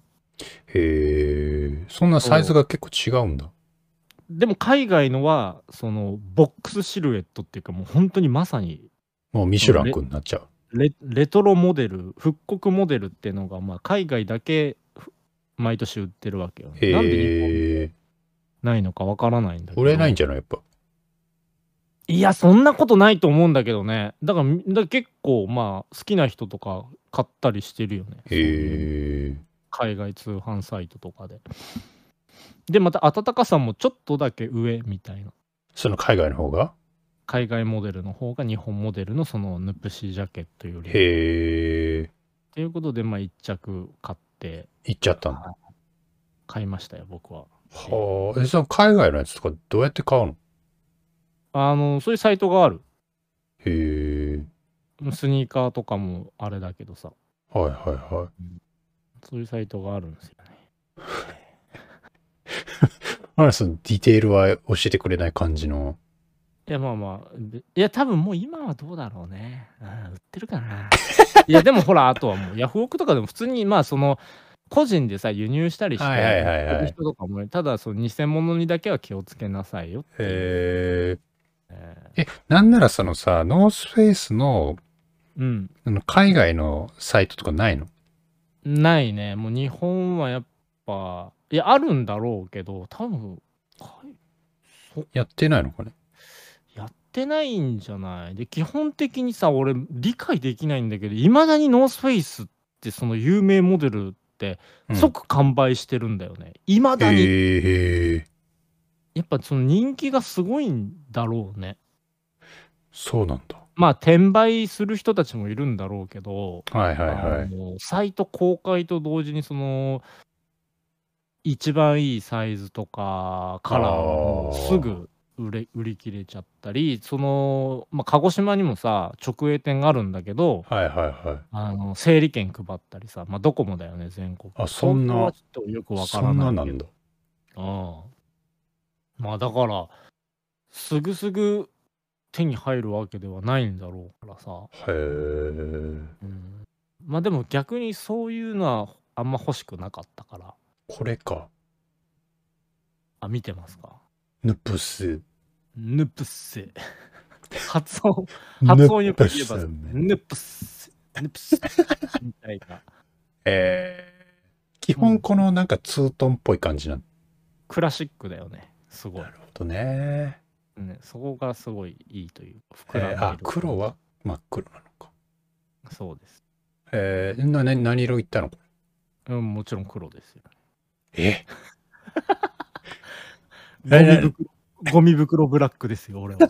[SPEAKER 1] へえそんなサイズが結構違うんだ
[SPEAKER 2] でも海外のはそのボックスシルエットっていうかもう本当にまさに
[SPEAKER 1] もうミシュランくんになっちゃう
[SPEAKER 2] レレトロモデル復刻モデルっていうのがまあ海外だけふ毎年売ってるわけよ、ね。なんで日
[SPEAKER 1] へえ
[SPEAKER 2] 本ないのかわからないんだけど
[SPEAKER 1] 売れないんじゃないやっぱ
[SPEAKER 2] いやそんなことないと思うんだけどねだからみだから結構まあ好きな人とか買ったりしてるよね
[SPEAKER 1] へえ
[SPEAKER 2] 海外通販サイトとかででまた暖かさもちょっとだけ上みたいな
[SPEAKER 1] その海外の方が
[SPEAKER 2] 海外モデルの方が日本モデルのそのヌプシジャケットより
[SPEAKER 1] へえ
[SPEAKER 2] ということで、まあ、1着買って、
[SPEAKER 1] 行っちゃったんだ
[SPEAKER 2] 買いましたよ、僕は。
[SPEAKER 1] はあえその海外のやつとかどうやって買うの
[SPEAKER 2] あの、そういうサイトがある。
[SPEAKER 1] へえ
[SPEAKER 2] スニーカーとかもあれだけどさ、
[SPEAKER 1] はいはいはい
[SPEAKER 2] そういうサイトがあるんですよね。
[SPEAKER 1] あれそのディテールは教えてくれない感じの。
[SPEAKER 2] いや、まあまあ、でいや、多分もう今はどうだろうね。うん売ってるかな。 いや、でもほら、あとはもう、ヤフオクとかでも普通に、まあ、その、個人でさ、輸入したりして、
[SPEAKER 1] はいはいはいはい
[SPEAKER 2] 売ってる人とかもね、ただ、その、偽物にだけは気をつけなさいよっていう、
[SPEAKER 1] え
[SPEAKER 2] え
[SPEAKER 1] え、なんならそのさ、ノースフェイスの
[SPEAKER 2] ーうん。
[SPEAKER 1] あの海外のサイトとかないの
[SPEAKER 2] ないね。もう日本はやっぱ、いや、あるんだろうけど、多分、はい
[SPEAKER 1] やってないのかね
[SPEAKER 2] やってないんじゃないで、基本的にさ、俺、理解できないんだけど、いまだにノースフェイスって、その有名モデルって、
[SPEAKER 1] うん
[SPEAKER 2] 即完売してるんだよね。いま、だに、
[SPEAKER 1] へえ
[SPEAKER 2] やっぱその人気がすごいんだろうね。
[SPEAKER 1] そうなんだ。
[SPEAKER 2] まあ、転売する人たちもいるんだろうけど、
[SPEAKER 1] はいはいは
[SPEAKER 2] あ
[SPEAKER 1] い。
[SPEAKER 2] のサイト公開と同時にその一番いいサイズとかカラーはもうすぐ売れ売り切れちゃったりその、まあ、鹿児島にもさ直営店があるんだけど
[SPEAKER 1] はいはいはい。
[SPEAKER 2] あの整理券配ったりさ、まあ、ドコモだよね全国
[SPEAKER 1] あそんな
[SPEAKER 2] 本当はちょっとよくわか
[SPEAKER 1] そ
[SPEAKER 2] ら
[SPEAKER 1] ん
[SPEAKER 2] な
[SPEAKER 1] ないな
[SPEAKER 2] けど
[SPEAKER 1] んだ。
[SPEAKER 2] うん。まあだから、すぐすぐ手に入るわけではないんだろうからさ。
[SPEAKER 1] へえ。
[SPEAKER 2] うん、まあでも逆にそういうのはあんま欲しくなかったから。
[SPEAKER 1] これか。
[SPEAKER 2] あ、見てますか。
[SPEAKER 1] ヌプス。
[SPEAKER 2] ヌプ ス。発音、発音よく言えば、
[SPEAKER 1] ヌプス
[SPEAKER 2] ヌプス。ヌプス。みたいな。
[SPEAKER 1] えー、基本このなんかツートンっぽい感じなん
[SPEAKER 2] クラシックだよね。すごい
[SPEAKER 1] な。るほどね。
[SPEAKER 2] ね、そこがすごいいいという
[SPEAKER 1] え
[SPEAKER 2] か。膨らん
[SPEAKER 1] ー、
[SPEAKER 2] でいる
[SPEAKER 1] あ、黒は真っ黒なのか。
[SPEAKER 2] そうです。
[SPEAKER 1] えー、な、な何色いったのこ
[SPEAKER 2] うん、もちろん黒ですよ。
[SPEAKER 1] れ。え
[SPEAKER 2] ゴ
[SPEAKER 1] え
[SPEAKER 2] ミ袋、 ゴミ袋ブラックですよ、俺は。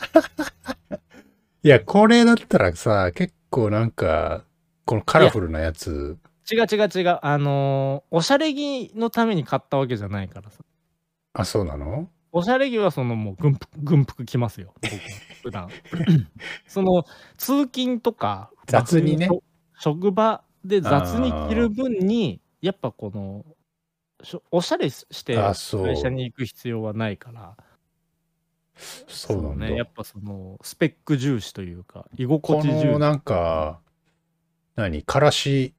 [SPEAKER 1] いや、これだったらさ、結構なんか、このカラフルなやつ、
[SPEAKER 2] 違う違う違う。あのーおしゃれ着のために買ったわけじゃないからさ。
[SPEAKER 1] あ、そうなの
[SPEAKER 2] おしゃれ着はそのもう軍服、軍服着ますよ、僕は 普段。その、通勤とか、
[SPEAKER 1] 雑にね
[SPEAKER 2] まあ職場で雑に着る分に、やっぱこの、しょおしゃれして
[SPEAKER 1] あ、そう
[SPEAKER 2] 会。社に行く必要はないから、
[SPEAKER 1] そうなんだ。
[SPEAKER 2] ね。やっぱその、スペック重視というか、居
[SPEAKER 1] こ
[SPEAKER 2] 心地重視
[SPEAKER 1] の。なんか、何、からし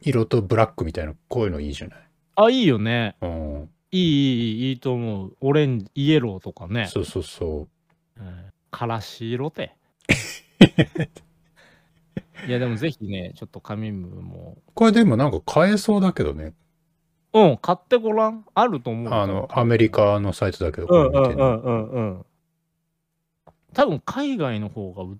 [SPEAKER 1] 色とブラックみたいな、こういうのいいじゃない。
[SPEAKER 2] あ、いいよね。
[SPEAKER 1] うん。
[SPEAKER 2] いいいいいいと思うオレンジイエローとかね
[SPEAKER 1] そうそうそう。
[SPEAKER 2] うんからし色 でいやでもぜひねちょっと紙ムも
[SPEAKER 1] これでもなんか買えそうだけどね。
[SPEAKER 2] うん買ってごらんあると思うよ
[SPEAKER 1] あの、アメリカのサイトだけど、こ
[SPEAKER 2] う
[SPEAKER 1] れ
[SPEAKER 2] ん
[SPEAKER 1] 見
[SPEAKER 2] う
[SPEAKER 1] て
[SPEAKER 2] ん
[SPEAKER 1] ね
[SPEAKER 2] うんうんうん多分海外の方がう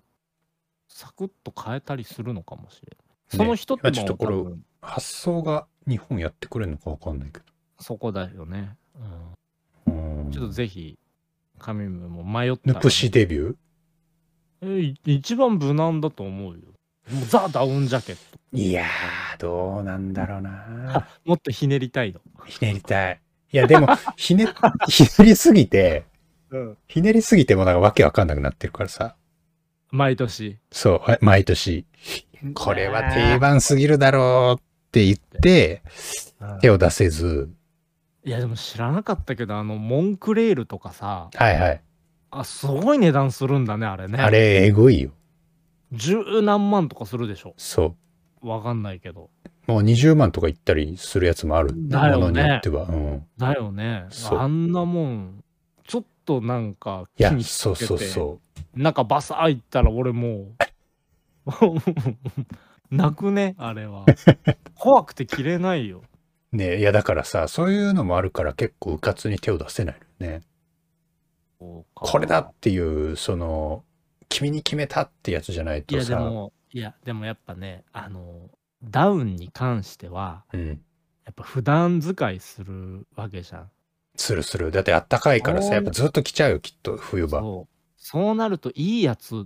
[SPEAKER 2] サクッと変えたりするのかもしれないその人っ
[SPEAKER 1] い
[SPEAKER 2] て
[SPEAKER 1] やちょっ
[SPEAKER 2] も
[SPEAKER 1] と
[SPEAKER 2] 多
[SPEAKER 1] これ
[SPEAKER 2] 分
[SPEAKER 1] 発想が日本やってくれるのかわかんないけ
[SPEAKER 2] そこだよね、う
[SPEAKER 1] ど。うん
[SPEAKER 2] ん、ちょっとぜひ紙ムも迷ったら
[SPEAKER 1] ヌプシデビュー
[SPEAKER 2] えい一番無難だと思うよもうザ・ダウンジャケット
[SPEAKER 1] いやー、どうなんだろう な。
[SPEAKER 2] もっとひねりたいの、
[SPEAKER 1] ひねりたい。いや、でも、ひね、ひねりすぎて、ひねりすぎてもなんかわけわかんなくなってるからさ。
[SPEAKER 2] 毎年
[SPEAKER 1] そう、あ毎年、これは定番すぎるだろうって言って、手を出せず、
[SPEAKER 2] いやでも知らなかったけどあのモンクレールとかさ
[SPEAKER 1] はいはい。
[SPEAKER 2] あすごい値段するんだねあれね
[SPEAKER 1] あれ、えぐいよ。
[SPEAKER 2] 十何万とかするでしょ
[SPEAKER 1] そ
[SPEAKER 2] わかんないけど
[SPEAKER 1] う。もう20万とか言ったりするやつもある。
[SPEAKER 2] だ
[SPEAKER 1] もの
[SPEAKER 2] よね
[SPEAKER 1] によっては。うん。
[SPEAKER 2] だよね
[SPEAKER 1] そう
[SPEAKER 2] あんなもんちょっとなんか
[SPEAKER 1] い
[SPEAKER 2] 木
[SPEAKER 1] や、
[SPEAKER 2] につ
[SPEAKER 1] そう
[SPEAKER 2] けて
[SPEAKER 1] そうそう
[SPEAKER 2] なんかバサーいったら俺もう 泣くねあ れは怖くて着れないよ
[SPEAKER 1] う。ねいや、だからさ、そういうのもあるから結構うかつに手を出せないのね。
[SPEAKER 2] そうか
[SPEAKER 1] これだっていう、その、君に決めたってやつじゃない
[SPEAKER 2] い
[SPEAKER 1] と
[SPEAKER 2] やで
[SPEAKER 1] さ、
[SPEAKER 2] もいやでもやっぱねあのダウンに関しては
[SPEAKER 1] うん。
[SPEAKER 2] やっぱ普段使いするわけじゃん
[SPEAKER 1] するする。だってあったかいから
[SPEAKER 2] そ
[SPEAKER 1] さ、
[SPEAKER 2] う
[SPEAKER 1] やっぱずっと来ちゃうよ、きっと、冬場。
[SPEAKER 2] そうそうなるといいやつっ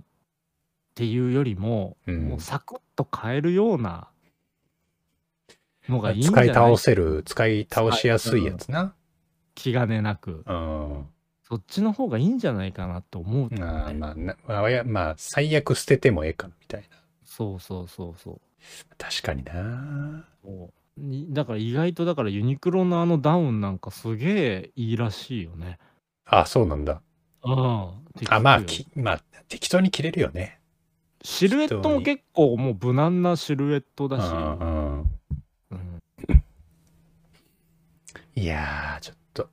[SPEAKER 2] ていうよりも,、
[SPEAKER 1] うん
[SPEAKER 2] もうサクッと買えるようなのがいいんじゃな
[SPEAKER 1] 使
[SPEAKER 2] い
[SPEAKER 1] い倒せる、使い倒しやすいやつな。
[SPEAKER 2] 気兼ねなく
[SPEAKER 1] うん。
[SPEAKER 2] そっちの方がいいんじゃないかなと思うとね、
[SPEAKER 1] あーまあな、まあ、やまあ、最悪捨ててもええかな、みたいな。
[SPEAKER 2] そうそうそうそう
[SPEAKER 1] 確かにな。
[SPEAKER 2] そうにだから意外とだからユニクロのあのダウンなんかすげえいいらしいよね
[SPEAKER 1] あ、そうなんだ。
[SPEAKER 2] うんって聞くよ
[SPEAKER 1] あ、まあ、きまあ、適当に切れるよね。
[SPEAKER 2] シルエットも結構もう無難なシルエット
[SPEAKER 1] う
[SPEAKER 2] だし、
[SPEAKER 1] んうん。
[SPEAKER 2] うん
[SPEAKER 1] いやー、ちょっと。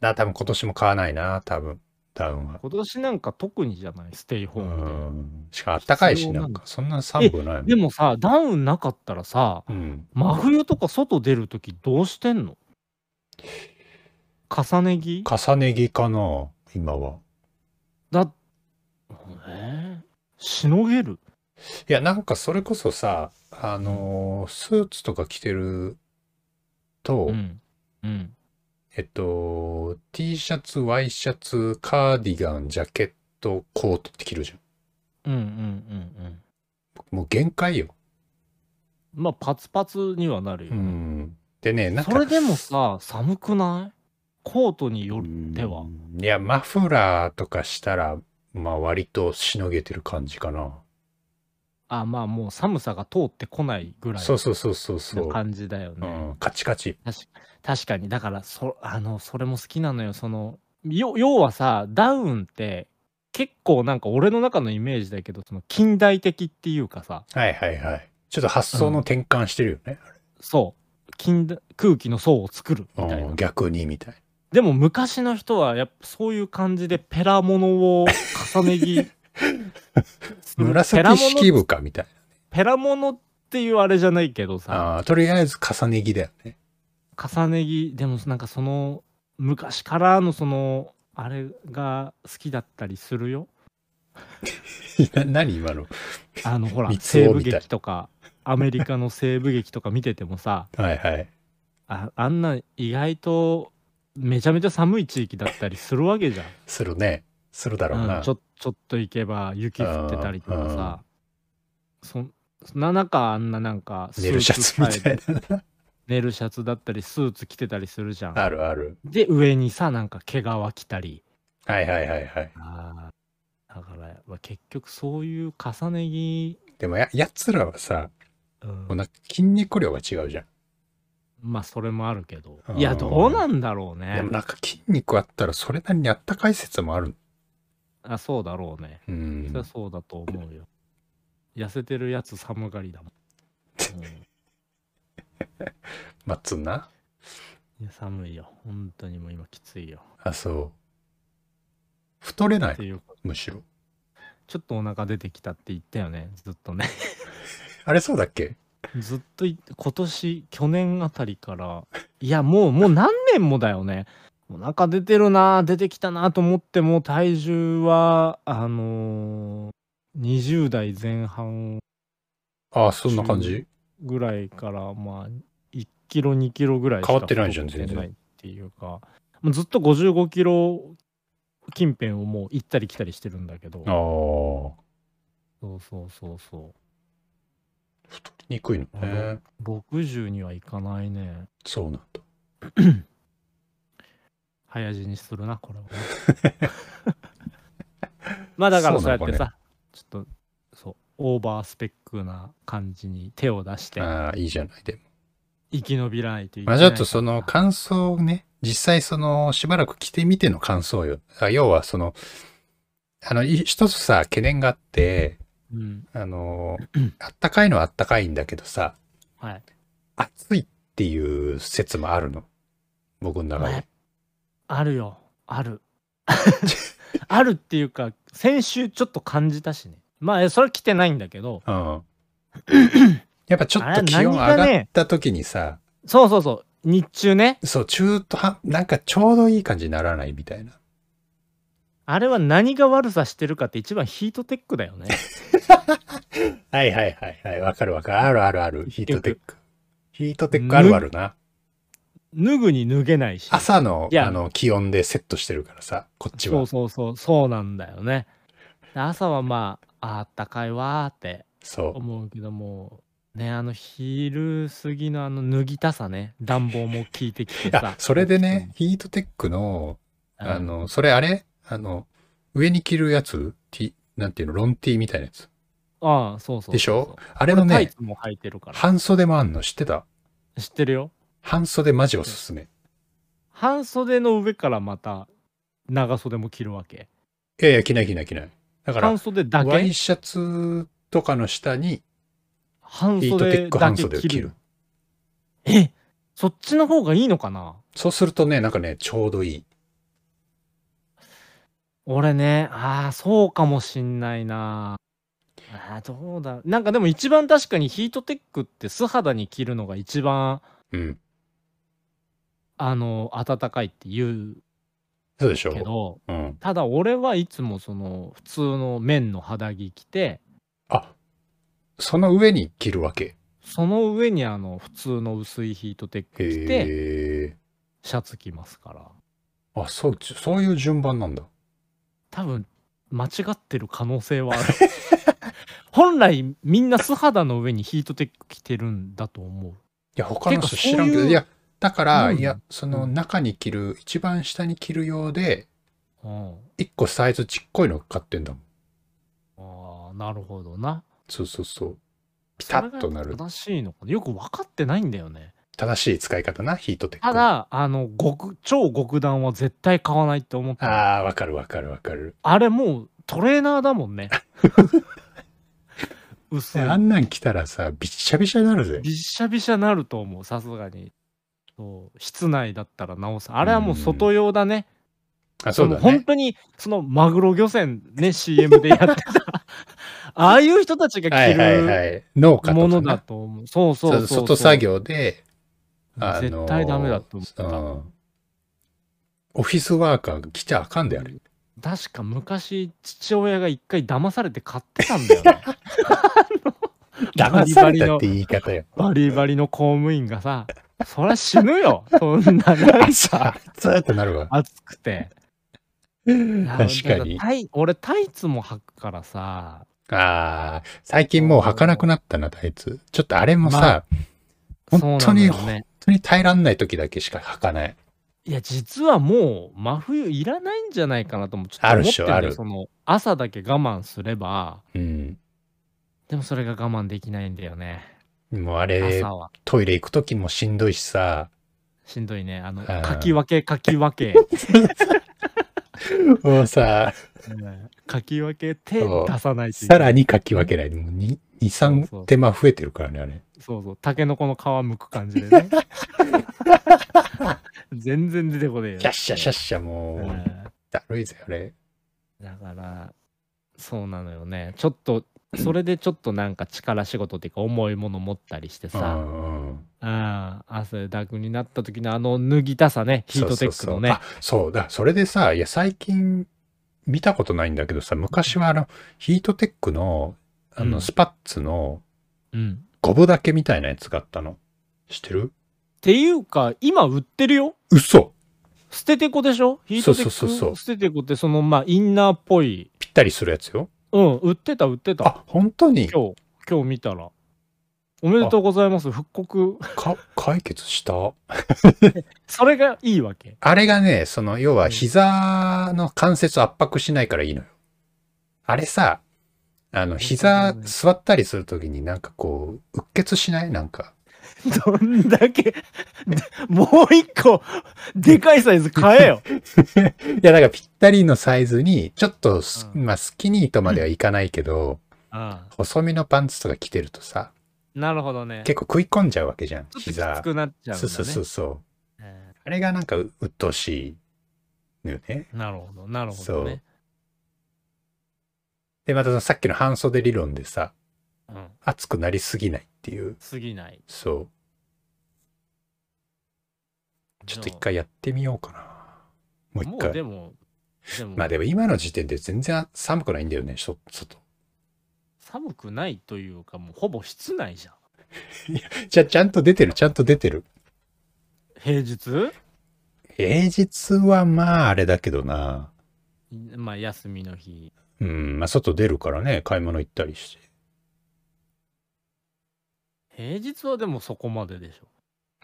[SPEAKER 1] だ多分今年も買わないな、多分、ダウンは。
[SPEAKER 2] 今年なんか特にじゃないステイホ
[SPEAKER 1] う
[SPEAKER 2] ームで、
[SPEAKER 1] ん。しかもあったかいし、
[SPEAKER 2] 必要
[SPEAKER 1] な
[SPEAKER 2] なんんだ
[SPEAKER 1] か、そんな寒くないもん
[SPEAKER 2] でもさダウンなかったらさ
[SPEAKER 1] うん。
[SPEAKER 2] 真冬とか外出るときどうしてんの重ね着
[SPEAKER 1] 重ね着かな、今は。
[SPEAKER 2] だえーしのげる
[SPEAKER 1] いや、なんかそれこそさ、あのースーツとか着てると、
[SPEAKER 2] うんうん
[SPEAKER 1] えっと、T シャツ、ワイシャツ、カーディガン、ジャケット、コートって着るじゃん。
[SPEAKER 2] うんうんうんうん
[SPEAKER 1] もう限界よ。
[SPEAKER 2] まあパツパツにはなるよ、
[SPEAKER 1] うん。でね、なんか。
[SPEAKER 2] それでもさ、寒くないコートによっては
[SPEAKER 1] う。んいや、マフラーとかしたら、まあ割としのげてる感じかな。
[SPEAKER 2] あ、まあもう寒さが通ってこないぐらい
[SPEAKER 1] そうそうそうそうそ
[SPEAKER 2] の
[SPEAKER 1] う。
[SPEAKER 2] 感じだよ
[SPEAKER 1] う
[SPEAKER 2] ね。
[SPEAKER 1] ん、カチカチ。
[SPEAKER 2] 確かにだからそあのそれも好きなのよそのよ要はさダウンって結構なんか俺の中のイメージだけどその近代的っていうかさ
[SPEAKER 1] はいはいはい。ちょっと発想の転換してるよね。
[SPEAKER 2] そう近代空気の層を作るみたいな、
[SPEAKER 1] うん、逆にみたい
[SPEAKER 2] でも昔の人はやっぱそういう感じでペラモノを重ね着す
[SPEAKER 1] な。
[SPEAKER 2] る
[SPEAKER 1] 紫式部かみたい
[SPEAKER 2] ペラモノっていうあれじゃないけどさ
[SPEAKER 1] な。あーとりあえず重ね着だよね。
[SPEAKER 2] 重ね着でもなんかその昔からのそのあれが好きだったりするよ
[SPEAKER 1] いや何今の。
[SPEAKER 2] あのほら
[SPEAKER 1] 三つ
[SPEAKER 2] 西
[SPEAKER 1] 男
[SPEAKER 2] 部
[SPEAKER 1] みたい
[SPEAKER 2] 劇とかアメリカの西部劇とか見ててもさ
[SPEAKER 1] はいはい。
[SPEAKER 2] ああんな意外とめちゃめちゃ寒い地域だったりするわけじゃん、
[SPEAKER 1] するね。するだろう
[SPEAKER 2] うん
[SPEAKER 1] な。
[SPEAKER 2] ちょちょっと行けば雪降ってたりとか
[SPEAKER 1] あ
[SPEAKER 2] さそそんな中あんななんか
[SPEAKER 1] 寝るシャツみ
[SPEAKER 2] スー着
[SPEAKER 1] たいな。
[SPEAKER 2] て寝るシャツだったりスーツ着てたりするじゃん
[SPEAKER 1] あるある。
[SPEAKER 2] で上にさなんか毛皮着たり
[SPEAKER 1] はいはいはいはい。
[SPEAKER 2] あーだからまあ結局そういう重ね着、
[SPEAKER 1] でもや、やつらはさ、
[SPEAKER 2] うん
[SPEAKER 1] もうなんか筋肉量が違うじゃん。
[SPEAKER 2] まあそれもあるけど
[SPEAKER 1] あー
[SPEAKER 2] いやどうなんだろうね
[SPEAKER 1] でもなんか筋肉あったらそれなりにあったかい説もある。
[SPEAKER 2] あそうだろうね。
[SPEAKER 1] う
[SPEAKER 2] そ
[SPEAKER 1] ん
[SPEAKER 2] りゃ。そうだと思うよ。痩せてるやつ寒がりだもん。うん
[SPEAKER 1] まあつんな。
[SPEAKER 2] いや寒いよ。本当にもう今きついよ。
[SPEAKER 1] あ、そう。太れな
[SPEAKER 2] って
[SPEAKER 1] い。
[SPEAKER 2] いうか
[SPEAKER 1] むしろ。
[SPEAKER 2] ちょっとお腹出てきたって言ったよね。ずっとね。
[SPEAKER 1] あれそうだっけ
[SPEAKER 2] ずっとい今年去年あたりからいやもうもう何年もだよね。お腹出てるな出てきたなと思っても体重はあのー20代前半
[SPEAKER 1] あ、そんな感じ
[SPEAKER 2] ぐらいからまあ1キロ2キロぐらいしか
[SPEAKER 1] 変わってないじゃん
[SPEAKER 2] 太っ
[SPEAKER 1] 全
[SPEAKER 2] て
[SPEAKER 1] 然
[SPEAKER 2] ないっていうかもうずっと55キロ近辺をもう行ったり来たりしてるんだけ
[SPEAKER 1] あ
[SPEAKER 2] ど
[SPEAKER 1] あ。
[SPEAKER 2] そうそうそうそ
[SPEAKER 1] 太りにくいの
[SPEAKER 2] う、
[SPEAKER 1] ね。
[SPEAKER 2] 60にはいかないね
[SPEAKER 1] そうなんだ。
[SPEAKER 2] 早死にするなこれは まあだからそうやって
[SPEAKER 1] そうな
[SPEAKER 2] さちょっとそうオーバースペックな感じに手を出して
[SPEAKER 1] ああ、いいじゃない。でも。
[SPEAKER 2] 生き延びないといけ
[SPEAKER 1] ま
[SPEAKER 2] な
[SPEAKER 1] あ
[SPEAKER 2] い
[SPEAKER 1] ちょっとそ
[SPEAKER 2] から
[SPEAKER 1] の感想をね、実際そのしばらく着てみての感想よ。あ要はその、あの、い一つさ、懸念があって、
[SPEAKER 2] うん
[SPEAKER 1] あの、あったかいのはあったかいんだけどさ、
[SPEAKER 2] はい
[SPEAKER 1] 暑いっていう説もあるの。僕の
[SPEAKER 2] ま
[SPEAKER 1] 中
[SPEAKER 2] あ
[SPEAKER 1] で
[SPEAKER 2] やっ。あるよあ るあるっていうか先週ちょっと感じたしねまあえそれは来てないんだけど
[SPEAKER 1] うん。やっぱちょっと気温上
[SPEAKER 2] あれ何かね
[SPEAKER 1] がった時にさ、
[SPEAKER 2] そうそうそう日中ね
[SPEAKER 1] そう、中途半、なんかちょうどいい感じにならないみたいな。
[SPEAKER 2] あれは何が悪さしてるかって一番ヒートテックだよ ね
[SPEAKER 1] はいはいはいはい、わかるわかる。あるあるある。ヒートテック。ヒートテック
[SPEAKER 2] ぬ
[SPEAKER 1] あるあるな。
[SPEAKER 2] 脱ぐに脱げないし
[SPEAKER 1] 朝の
[SPEAKER 2] いや
[SPEAKER 1] あの気温でセットしてるからさ、こっち
[SPEAKER 2] そ
[SPEAKER 1] は
[SPEAKER 2] う。そうそうそうなんだよねで朝はまああったかいわーって
[SPEAKER 1] そう。
[SPEAKER 2] 思うけどもねあの昼過ぎのあの脱ぎたさね暖房も効いてきて
[SPEAKER 1] あ
[SPEAKER 2] さ、
[SPEAKER 1] それでね、ヒートテックの、
[SPEAKER 2] うん
[SPEAKER 1] あの、それあれあの、上に着るやつ T、なんていうの、ロン T みたいなやつ。
[SPEAKER 2] ああそうそうそうそう
[SPEAKER 1] でしょあれの
[SPEAKER 2] タイ
[SPEAKER 1] ね、
[SPEAKER 2] ツも履いてるから
[SPEAKER 1] 半袖もあんの知ってた
[SPEAKER 2] 知ってるよ
[SPEAKER 1] 半袖マジおすすめ。
[SPEAKER 2] 半袖の上からまた長袖も着るわけ
[SPEAKER 1] いやいや、着ない着ない着ない。だから
[SPEAKER 2] 半、袖だ
[SPEAKER 1] ワ
[SPEAKER 2] け
[SPEAKER 1] イシャツとかの下に
[SPEAKER 2] 半
[SPEAKER 1] ヒートテッ
[SPEAKER 2] 袖
[SPEAKER 1] ク半
[SPEAKER 2] だ
[SPEAKER 1] 袖
[SPEAKER 2] け
[SPEAKER 1] を
[SPEAKER 2] 着
[SPEAKER 1] 着
[SPEAKER 2] る
[SPEAKER 1] る。
[SPEAKER 2] えそっちの方がいいのかな
[SPEAKER 1] そうするとね、なんかね、ちょうどいい。
[SPEAKER 2] 俺ねああそうかもしんないなあーどうだなんかでも一番確かにヒートテックって素肌に着るのが一番
[SPEAKER 1] うん。
[SPEAKER 2] あの暖かいって言
[SPEAKER 1] そうでし
[SPEAKER 2] うけ
[SPEAKER 1] ょ
[SPEAKER 2] ど
[SPEAKER 1] うん。
[SPEAKER 2] ただ俺はいつもその普通の綿の肌着着て
[SPEAKER 1] あ、その上に着るわけ。
[SPEAKER 2] その上にあの普通の薄いヒートテック着て
[SPEAKER 1] へえ。
[SPEAKER 2] シャツ着ますから
[SPEAKER 1] あ、そう、ちそういう順番なんだ。
[SPEAKER 2] 多分間違ってる可能性はある 本来みんな素肌の上にヒートテック着てるんだと思う
[SPEAKER 1] や、他の人
[SPEAKER 2] てかそういう
[SPEAKER 1] 知らんけど、いや、だから、
[SPEAKER 2] うん
[SPEAKER 1] いや、その中に着る、一番下に着る用で、
[SPEAKER 2] うん、
[SPEAKER 1] 一個サイズちっこいの買ってんだもん。
[SPEAKER 2] ああなるほどな
[SPEAKER 1] そうそうそう。ピタッとな
[SPEAKER 2] それ
[SPEAKER 1] る
[SPEAKER 2] が。正しいのかなよく分かってないんだよね
[SPEAKER 1] 正しい使い方な、ヒートテック。
[SPEAKER 2] た
[SPEAKER 1] あ
[SPEAKER 2] だあの極超極段は絶対買わないって思った
[SPEAKER 1] あー、わかるわかるわかる。
[SPEAKER 2] あれもうトレーナーだもん ね薄い
[SPEAKER 1] あんなん着たらさ、びっしゃびしゃになるぜ。
[SPEAKER 2] びっしゃびしゃなると思うさすがにそう室内だったらなおさあれはもう外用だね
[SPEAKER 1] あ、そうだ
[SPEAKER 2] の本
[SPEAKER 1] ね。
[SPEAKER 2] 当にそのマグロ漁船ね CM でやってた ああいう人たちが
[SPEAKER 1] は
[SPEAKER 2] 着
[SPEAKER 1] いはいは
[SPEAKER 2] る
[SPEAKER 1] い。農家とかな
[SPEAKER 2] ものだと思うそうそうそうそう
[SPEAKER 1] 外作業で、あの
[SPEAKER 2] 絶対ダメだと思った、
[SPEAKER 1] うんオフィスワーカーが来ちゃあかんであ れ。
[SPEAKER 2] 確か昔父親が一回騙されて買ってたんだ よねバリバリの
[SPEAKER 1] って言い方よ。
[SPEAKER 2] バリバリの公務員がさそりゃ死ぬよ そんななん
[SPEAKER 1] さ
[SPEAKER 2] か
[SPEAKER 1] あ、ずーってなるわ。
[SPEAKER 2] 暑くて
[SPEAKER 1] 確か
[SPEAKER 2] いやだ
[SPEAKER 1] に
[SPEAKER 2] ら。タイ俺タイツも履くからさ
[SPEAKER 1] ああ、最近もう履かなくなったな、タイツ。ちょっとあれもさ、
[SPEAKER 2] ま
[SPEAKER 1] 本当に
[SPEAKER 2] そうなのよね
[SPEAKER 1] 本当に耐えらんない時だけしか履かない。
[SPEAKER 2] いや実はもう真冬いらないんじゃないかなともちょっと
[SPEAKER 1] あるっ
[SPEAKER 2] 思っ
[SPEAKER 1] してょ
[SPEAKER 2] んだよ
[SPEAKER 1] ある
[SPEAKER 2] その朝だけ我慢すれば
[SPEAKER 1] うん。
[SPEAKER 2] でもそれが我慢できないんだよね
[SPEAKER 1] もうあれ、
[SPEAKER 2] 朝は
[SPEAKER 1] トイレ行く時もしんどいし さ、
[SPEAKER 2] しんどいねあの
[SPEAKER 1] ー
[SPEAKER 2] かき分けかき分 け
[SPEAKER 1] もうさ、
[SPEAKER 2] かき分け手
[SPEAKER 1] そう
[SPEAKER 2] 出さないとい
[SPEAKER 1] さ
[SPEAKER 2] けない
[SPEAKER 1] らにかき分けない。もう2、2 3手間増えてるからね、あれ。
[SPEAKER 2] そうそうタケノコの皮むく感じ でね全然出てこねえよ
[SPEAKER 1] シャッシャシャッシャ、も
[SPEAKER 2] う
[SPEAKER 1] う、
[SPEAKER 2] ん
[SPEAKER 1] だるいぜ、あれ。
[SPEAKER 2] だからそうなのよねちょっとそれでちょっとなんか力仕事っていうか重いもの持ったりして
[SPEAKER 1] う
[SPEAKER 2] さ、
[SPEAKER 1] んうん。
[SPEAKER 2] ああ、汗だくになった時のあの脱ぎたさね、ヒートテックのね。
[SPEAKER 1] そうそうそうあそうだ、それでさ、いや、最近見たことないんだけどさ、昔はあの、ヒートテックの、あ
[SPEAKER 2] う
[SPEAKER 1] の、
[SPEAKER 2] ん
[SPEAKER 1] スパッツの
[SPEAKER 2] うん。
[SPEAKER 1] ゴブだけみたいなやつがあったの。知ってる
[SPEAKER 2] っていうか、今売ってるよ。
[SPEAKER 1] 嘘
[SPEAKER 2] 捨ててこでしょヒートテック。
[SPEAKER 1] そうそうそうそう
[SPEAKER 2] 捨ててこって、その、まあ、インナーっぽい。
[SPEAKER 1] ぴったりするやつよ。
[SPEAKER 2] うん、売ってた、売ってた。
[SPEAKER 1] あ、本当に
[SPEAKER 2] 今日、今日見たら。おめでとうございます。復刻。
[SPEAKER 1] か解決した
[SPEAKER 2] それがいいわけ。
[SPEAKER 1] あれがね、その、要は膝の関節を圧迫しないからいいのよ。あれさ、あの、膝座ったりするときになんかこう、うっ血しないなんか。
[SPEAKER 2] どんだけ、もう一個、でかいサイズ買え よ。
[SPEAKER 1] いや、だからぴったりのサイズに、ちょっとす、
[SPEAKER 2] うん
[SPEAKER 1] まあ、スキニーとまではいかないけど、
[SPEAKER 2] あ
[SPEAKER 1] 細身のパンツとか着てるとさ、
[SPEAKER 2] あなるほどね。
[SPEAKER 1] 結構食い込んじゃうわけじゃん、
[SPEAKER 2] ちょっとき
[SPEAKER 1] 膝。
[SPEAKER 2] つくなっちゃうんだ
[SPEAKER 1] そう
[SPEAKER 2] ね。
[SPEAKER 1] そうそうそう。
[SPEAKER 2] うん
[SPEAKER 1] あれがなんかう鬱陶しいのよね。
[SPEAKER 2] なるほど、なるほどね。
[SPEAKER 1] で、またそのさっきの半袖理論でさ、
[SPEAKER 2] うん。
[SPEAKER 1] 熱くなりすぎないっていう、
[SPEAKER 2] すぎない。
[SPEAKER 1] そう。ちょっと一回やってみようかな。もう
[SPEAKER 2] も
[SPEAKER 1] 一
[SPEAKER 2] うで
[SPEAKER 1] 回。
[SPEAKER 2] も、でも、
[SPEAKER 1] まあでも今の時点で全然寒くないんだよね、そ外。
[SPEAKER 2] 寒くないというか、もうほぼ室内じゃん。
[SPEAKER 1] じゃ、ちゃんと出てる、ちゃんと出てる。
[SPEAKER 2] 平日
[SPEAKER 1] 平日はまああれだけどな。
[SPEAKER 2] まあ、休みの日。
[SPEAKER 1] うん、まあ外出るからね、買い物行ったりして。
[SPEAKER 2] 平日はでもそこまででし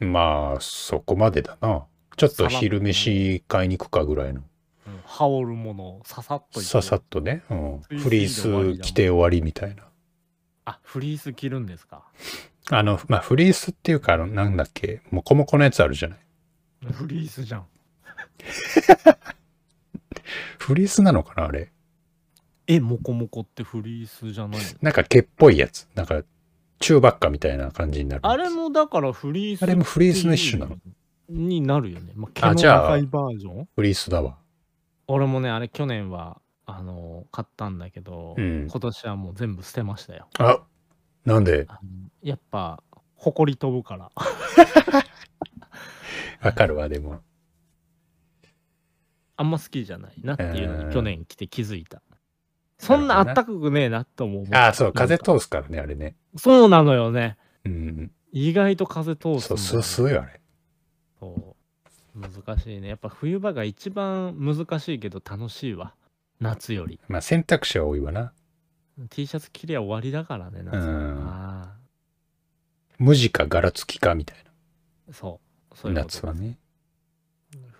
[SPEAKER 2] ょ。
[SPEAKER 1] まあ、そこまでだな。ちょっと昼飯買いに行くかぐらいの。
[SPEAKER 2] うん、羽織るものをささっといて
[SPEAKER 1] ささっとね、うん。フ
[SPEAKER 2] フ
[SPEAKER 1] リ
[SPEAKER 2] リ
[SPEAKER 1] ー
[SPEAKER 2] ー
[SPEAKER 1] ス
[SPEAKER 2] ス
[SPEAKER 1] 着て終わりみたいな。
[SPEAKER 2] あ、フリース着る んですか。
[SPEAKER 1] あの、まあフリースっていうか、あの、なんだっけ、もこもこのやつあるじゃない。
[SPEAKER 2] フリースじゃん。
[SPEAKER 1] フリースなのかな、あれ。
[SPEAKER 2] え、もこもこってフリースじ ゃないの
[SPEAKER 1] なんか毛っぽいやつ。なんか、中ばっかみたいな感じになる。
[SPEAKER 2] あれもだからフリース。
[SPEAKER 1] あれもフリースの一種なの。
[SPEAKER 2] になるよね。まあ、毛
[SPEAKER 1] あ
[SPEAKER 2] の
[SPEAKER 1] じゃあ
[SPEAKER 2] 長いバージョン
[SPEAKER 1] フリースだわ。
[SPEAKER 2] 俺もね、あれ去年は、あの買ったんだけど、
[SPEAKER 1] うん
[SPEAKER 2] 今年はもう全部捨てましたよ。
[SPEAKER 1] あ、なんで
[SPEAKER 2] あのやっぱ、埃飛ぶから。
[SPEAKER 1] わかるわ、でも。
[SPEAKER 2] あんま好きじゃないなっていうの
[SPEAKER 1] うん
[SPEAKER 2] に去年来て気づいた。そんなあったかくねえなとも思う。
[SPEAKER 1] ああ、そう、風通すからね、あれね。
[SPEAKER 2] そうなのよね。
[SPEAKER 1] うん。
[SPEAKER 2] 意外と風通す
[SPEAKER 1] そ
[SPEAKER 2] ん
[SPEAKER 1] う、
[SPEAKER 2] だ
[SPEAKER 1] す、
[SPEAKER 2] よね
[SPEAKER 1] すごいよ、あれ。
[SPEAKER 2] そう難しいね。やっぱ冬場が一番難しいけど楽しいわ。夏より。
[SPEAKER 1] まあ、選択肢は多いわな。
[SPEAKER 2] T シャツ着りゃ終わりだからね、夏はな。
[SPEAKER 1] 無地か柄付きかみたいな。
[SPEAKER 2] そうそういうこと
[SPEAKER 1] 夏はね。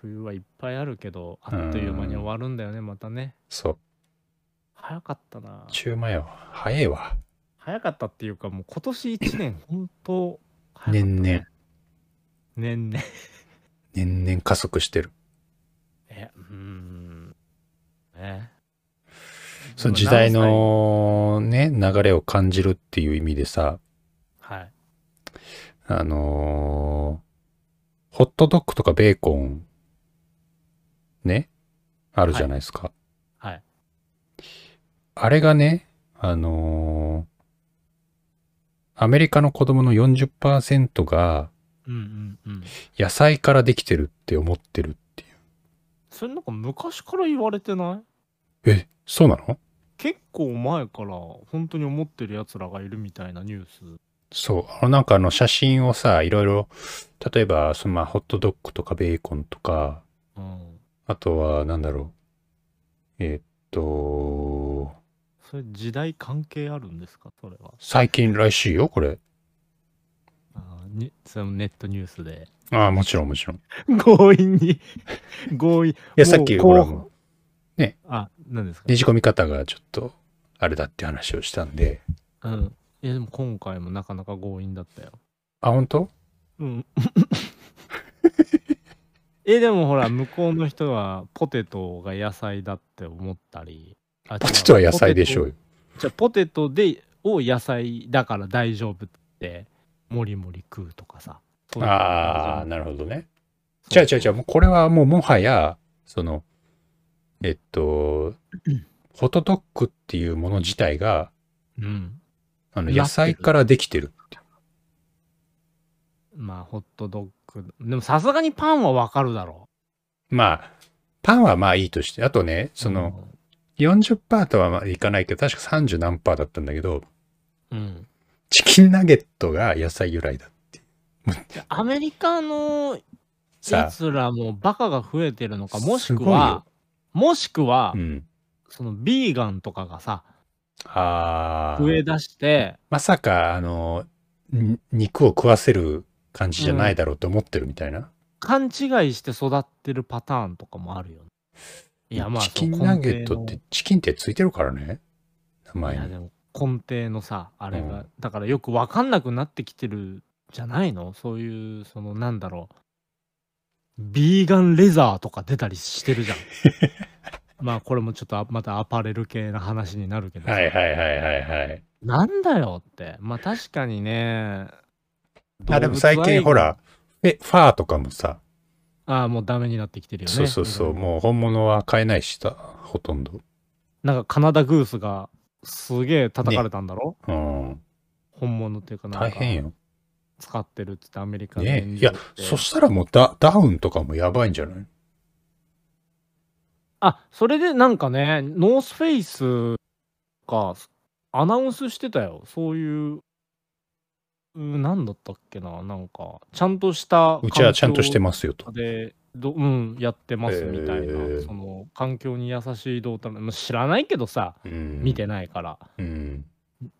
[SPEAKER 2] 冬はいっぱいあるけどあっという間に終わるんだよねまたね
[SPEAKER 1] そう。
[SPEAKER 2] 早かったな
[SPEAKER 1] 中間よ。早いわ。
[SPEAKER 2] 早かったっていうかもう今年1年本当早かったね
[SPEAKER 1] 年々、
[SPEAKER 2] 年々
[SPEAKER 1] 年々加速してる。
[SPEAKER 2] えうーんね
[SPEAKER 1] その時代
[SPEAKER 2] でも
[SPEAKER 1] のね、流れを感じるっていう意味でさ、
[SPEAKER 2] 何歳はい
[SPEAKER 1] あのーホットドッグとかベーコン、ね、あるじゃないですか。
[SPEAKER 2] はい
[SPEAKER 1] あれがね、あのーアメリカの子供の40%が
[SPEAKER 2] うんうんうん
[SPEAKER 1] 野菜からできてるって思ってるってい。
[SPEAKER 2] それなんか昔から言われてないう
[SPEAKER 1] え、そうなの
[SPEAKER 2] 結構前から本当に思ってるやつらがいるみたいなニュース
[SPEAKER 1] そう。あの、なんかあの写真をさ、いろいろ、例えば、そのまあ、ホットドッグとかベーコンとか、
[SPEAKER 2] うん
[SPEAKER 1] あとは、なんだろう。えーっと、
[SPEAKER 2] それ時代関係あるんですかそれは
[SPEAKER 1] 最近らしいよ、これ。
[SPEAKER 2] あーにそれもネットニュースで
[SPEAKER 1] ああ、もちろん、もちろん。い
[SPEAKER 2] 強引に 強引い
[SPEAKER 1] や、さっき、ほら、もう
[SPEAKER 2] あ何ですか
[SPEAKER 1] ねじ込み方がちょっと、あれだって話をしたんで。
[SPEAKER 2] うんいやでも今回もなかなか強引だったよ
[SPEAKER 1] あ、本当
[SPEAKER 2] うん えでもほら向こうの人はポテトが野菜だって思ったりあ
[SPEAKER 1] ポテトは野菜でしょう
[SPEAKER 2] 違
[SPEAKER 1] よ。
[SPEAKER 2] うポテトじゃあポテトでを野菜だから大丈夫ってもりもり食うとかさそういうの
[SPEAKER 1] ああ、なるほどね。
[SPEAKER 2] そ
[SPEAKER 1] 違
[SPEAKER 2] う
[SPEAKER 1] う違う違う、もうこれはもうもはや、その、えっと、ホットドッグっていうもの自体が、
[SPEAKER 2] うん
[SPEAKER 1] あの
[SPEAKER 2] なってる
[SPEAKER 1] 野菜からできてる。
[SPEAKER 2] まあホットドッグでもさすがにパンはわかるだろ
[SPEAKER 1] まあ、パンはまあいいとして、あとね、
[SPEAKER 2] う
[SPEAKER 1] その、40%とはまあいかないけど、確か30何パーだったんだけど、
[SPEAKER 2] うん
[SPEAKER 1] チキンナゲットが野菜由来だ。
[SPEAKER 2] アメリカのや
[SPEAKER 1] さ
[SPEAKER 2] つらもバカが増えてるのか
[SPEAKER 1] さ
[SPEAKER 2] もしく
[SPEAKER 1] すごいよ
[SPEAKER 2] はもしくは、
[SPEAKER 1] あ、うん。
[SPEAKER 2] そのビーガンとかがさ
[SPEAKER 1] あ
[SPEAKER 2] 増え
[SPEAKER 1] あ、
[SPEAKER 2] 出して
[SPEAKER 1] まさか、あの、ん肉を食わせる感じじゃないだろうと思ってるみたいな。
[SPEAKER 2] 勘違いして育ってるパターンとかもあるよね。いやまあ
[SPEAKER 1] チキン
[SPEAKER 2] その
[SPEAKER 1] ナ
[SPEAKER 2] 根
[SPEAKER 1] ゲットっ
[SPEAKER 2] 底
[SPEAKER 1] て、チキンってついてるからね。名
[SPEAKER 2] の
[SPEAKER 1] 前
[SPEAKER 2] いや
[SPEAKER 1] に。
[SPEAKER 2] でも根底のさあれが、
[SPEAKER 1] うん
[SPEAKER 2] だからよく分かんなくなってきてるじゃないのそういうそのなんだろうビーガンレザーとか出たりしてるじ ゃん。まあこれもちょっとあまたアパレル系な話になるけどさ
[SPEAKER 1] はいはいはいはいはい。
[SPEAKER 2] なんだよって。まあ確かにね。
[SPEAKER 1] あ、でも最近ほら、え、ファーとかもさ、
[SPEAKER 2] ああ、もうダメになってきてるよね。
[SPEAKER 1] そうそうそう、
[SPEAKER 2] ん
[SPEAKER 1] もう本物は買えないしさ、ほとんど。
[SPEAKER 2] なんかカナダグースがすげえ叩かれたんだろ、
[SPEAKER 1] うん。
[SPEAKER 2] 本物っていうかなんか
[SPEAKER 1] 大変よ。
[SPEAKER 2] 使ってるっつってアメリカで
[SPEAKER 1] ねいや、そしたらもうダダウンとかもやばいんじゃない
[SPEAKER 2] あ、それでなんかね、ノースフェイスがアナウンスしてたよ。そういう、うんなんだったっけな、なんか、ちゃんとした。
[SPEAKER 1] うちはちゃんとして
[SPEAKER 2] ます
[SPEAKER 1] ますよと。
[SPEAKER 2] でど、うん、やってますみたいな、
[SPEAKER 1] えー
[SPEAKER 2] その環境に優しい動態、まあ知らないけどさ、
[SPEAKER 1] うん
[SPEAKER 2] 見てないから、
[SPEAKER 1] うん。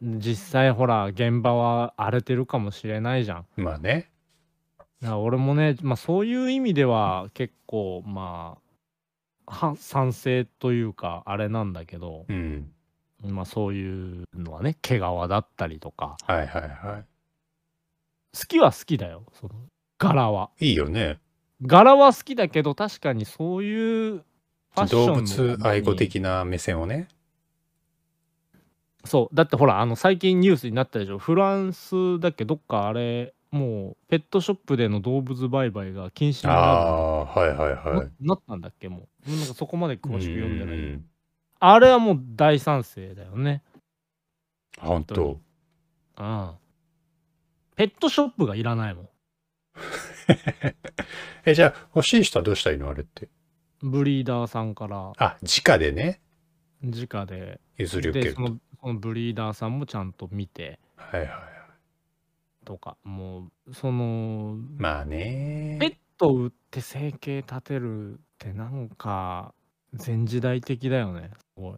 [SPEAKER 2] 実際ほら、現場は荒れてるかもしれないじゃん。
[SPEAKER 1] まあね。
[SPEAKER 2] だから俺もね、まあ、そういう意味では結構、まあ、は賛成というか、あれなんだけど、
[SPEAKER 1] うん。
[SPEAKER 2] まあ、そういうのはね、毛皮だったりとか、
[SPEAKER 1] はいはいは
[SPEAKER 2] 好きは好きだよ、その柄は。
[SPEAKER 1] い。いいよね。
[SPEAKER 2] 柄は好きだけど、確かにそういうファッション
[SPEAKER 1] 動
[SPEAKER 2] の
[SPEAKER 1] 物愛護
[SPEAKER 2] に
[SPEAKER 1] 的な目線をね。
[SPEAKER 2] そうだってほらあの最近ニュースになったでしょフランスだっけどっかあれもうペットショップでの動物売買が禁止
[SPEAKER 1] あ
[SPEAKER 2] にな
[SPEAKER 1] あ、はいはい
[SPEAKER 2] る
[SPEAKER 1] はい。
[SPEAKER 2] ななったんだっけもうなんかそこまで詳しく読んでない、
[SPEAKER 1] うん
[SPEAKER 2] あれはもう大賛成だよね
[SPEAKER 1] あ本当。
[SPEAKER 2] うんペットショップがいらないも
[SPEAKER 1] え、じゃあ欲しい人はどうしたらいいのあれって。
[SPEAKER 2] んブリーダーさんから
[SPEAKER 1] あ、直でね、
[SPEAKER 2] 直で
[SPEAKER 1] 譲り受け
[SPEAKER 2] で
[SPEAKER 1] る
[SPEAKER 2] そ
[SPEAKER 1] と。
[SPEAKER 2] のそのブリーダーさんもちゃんと見て
[SPEAKER 1] はいはい。
[SPEAKER 2] とかもうその
[SPEAKER 1] まあね。
[SPEAKER 2] ペット売って生計立てるってなんか全時代的だよねすごい。っ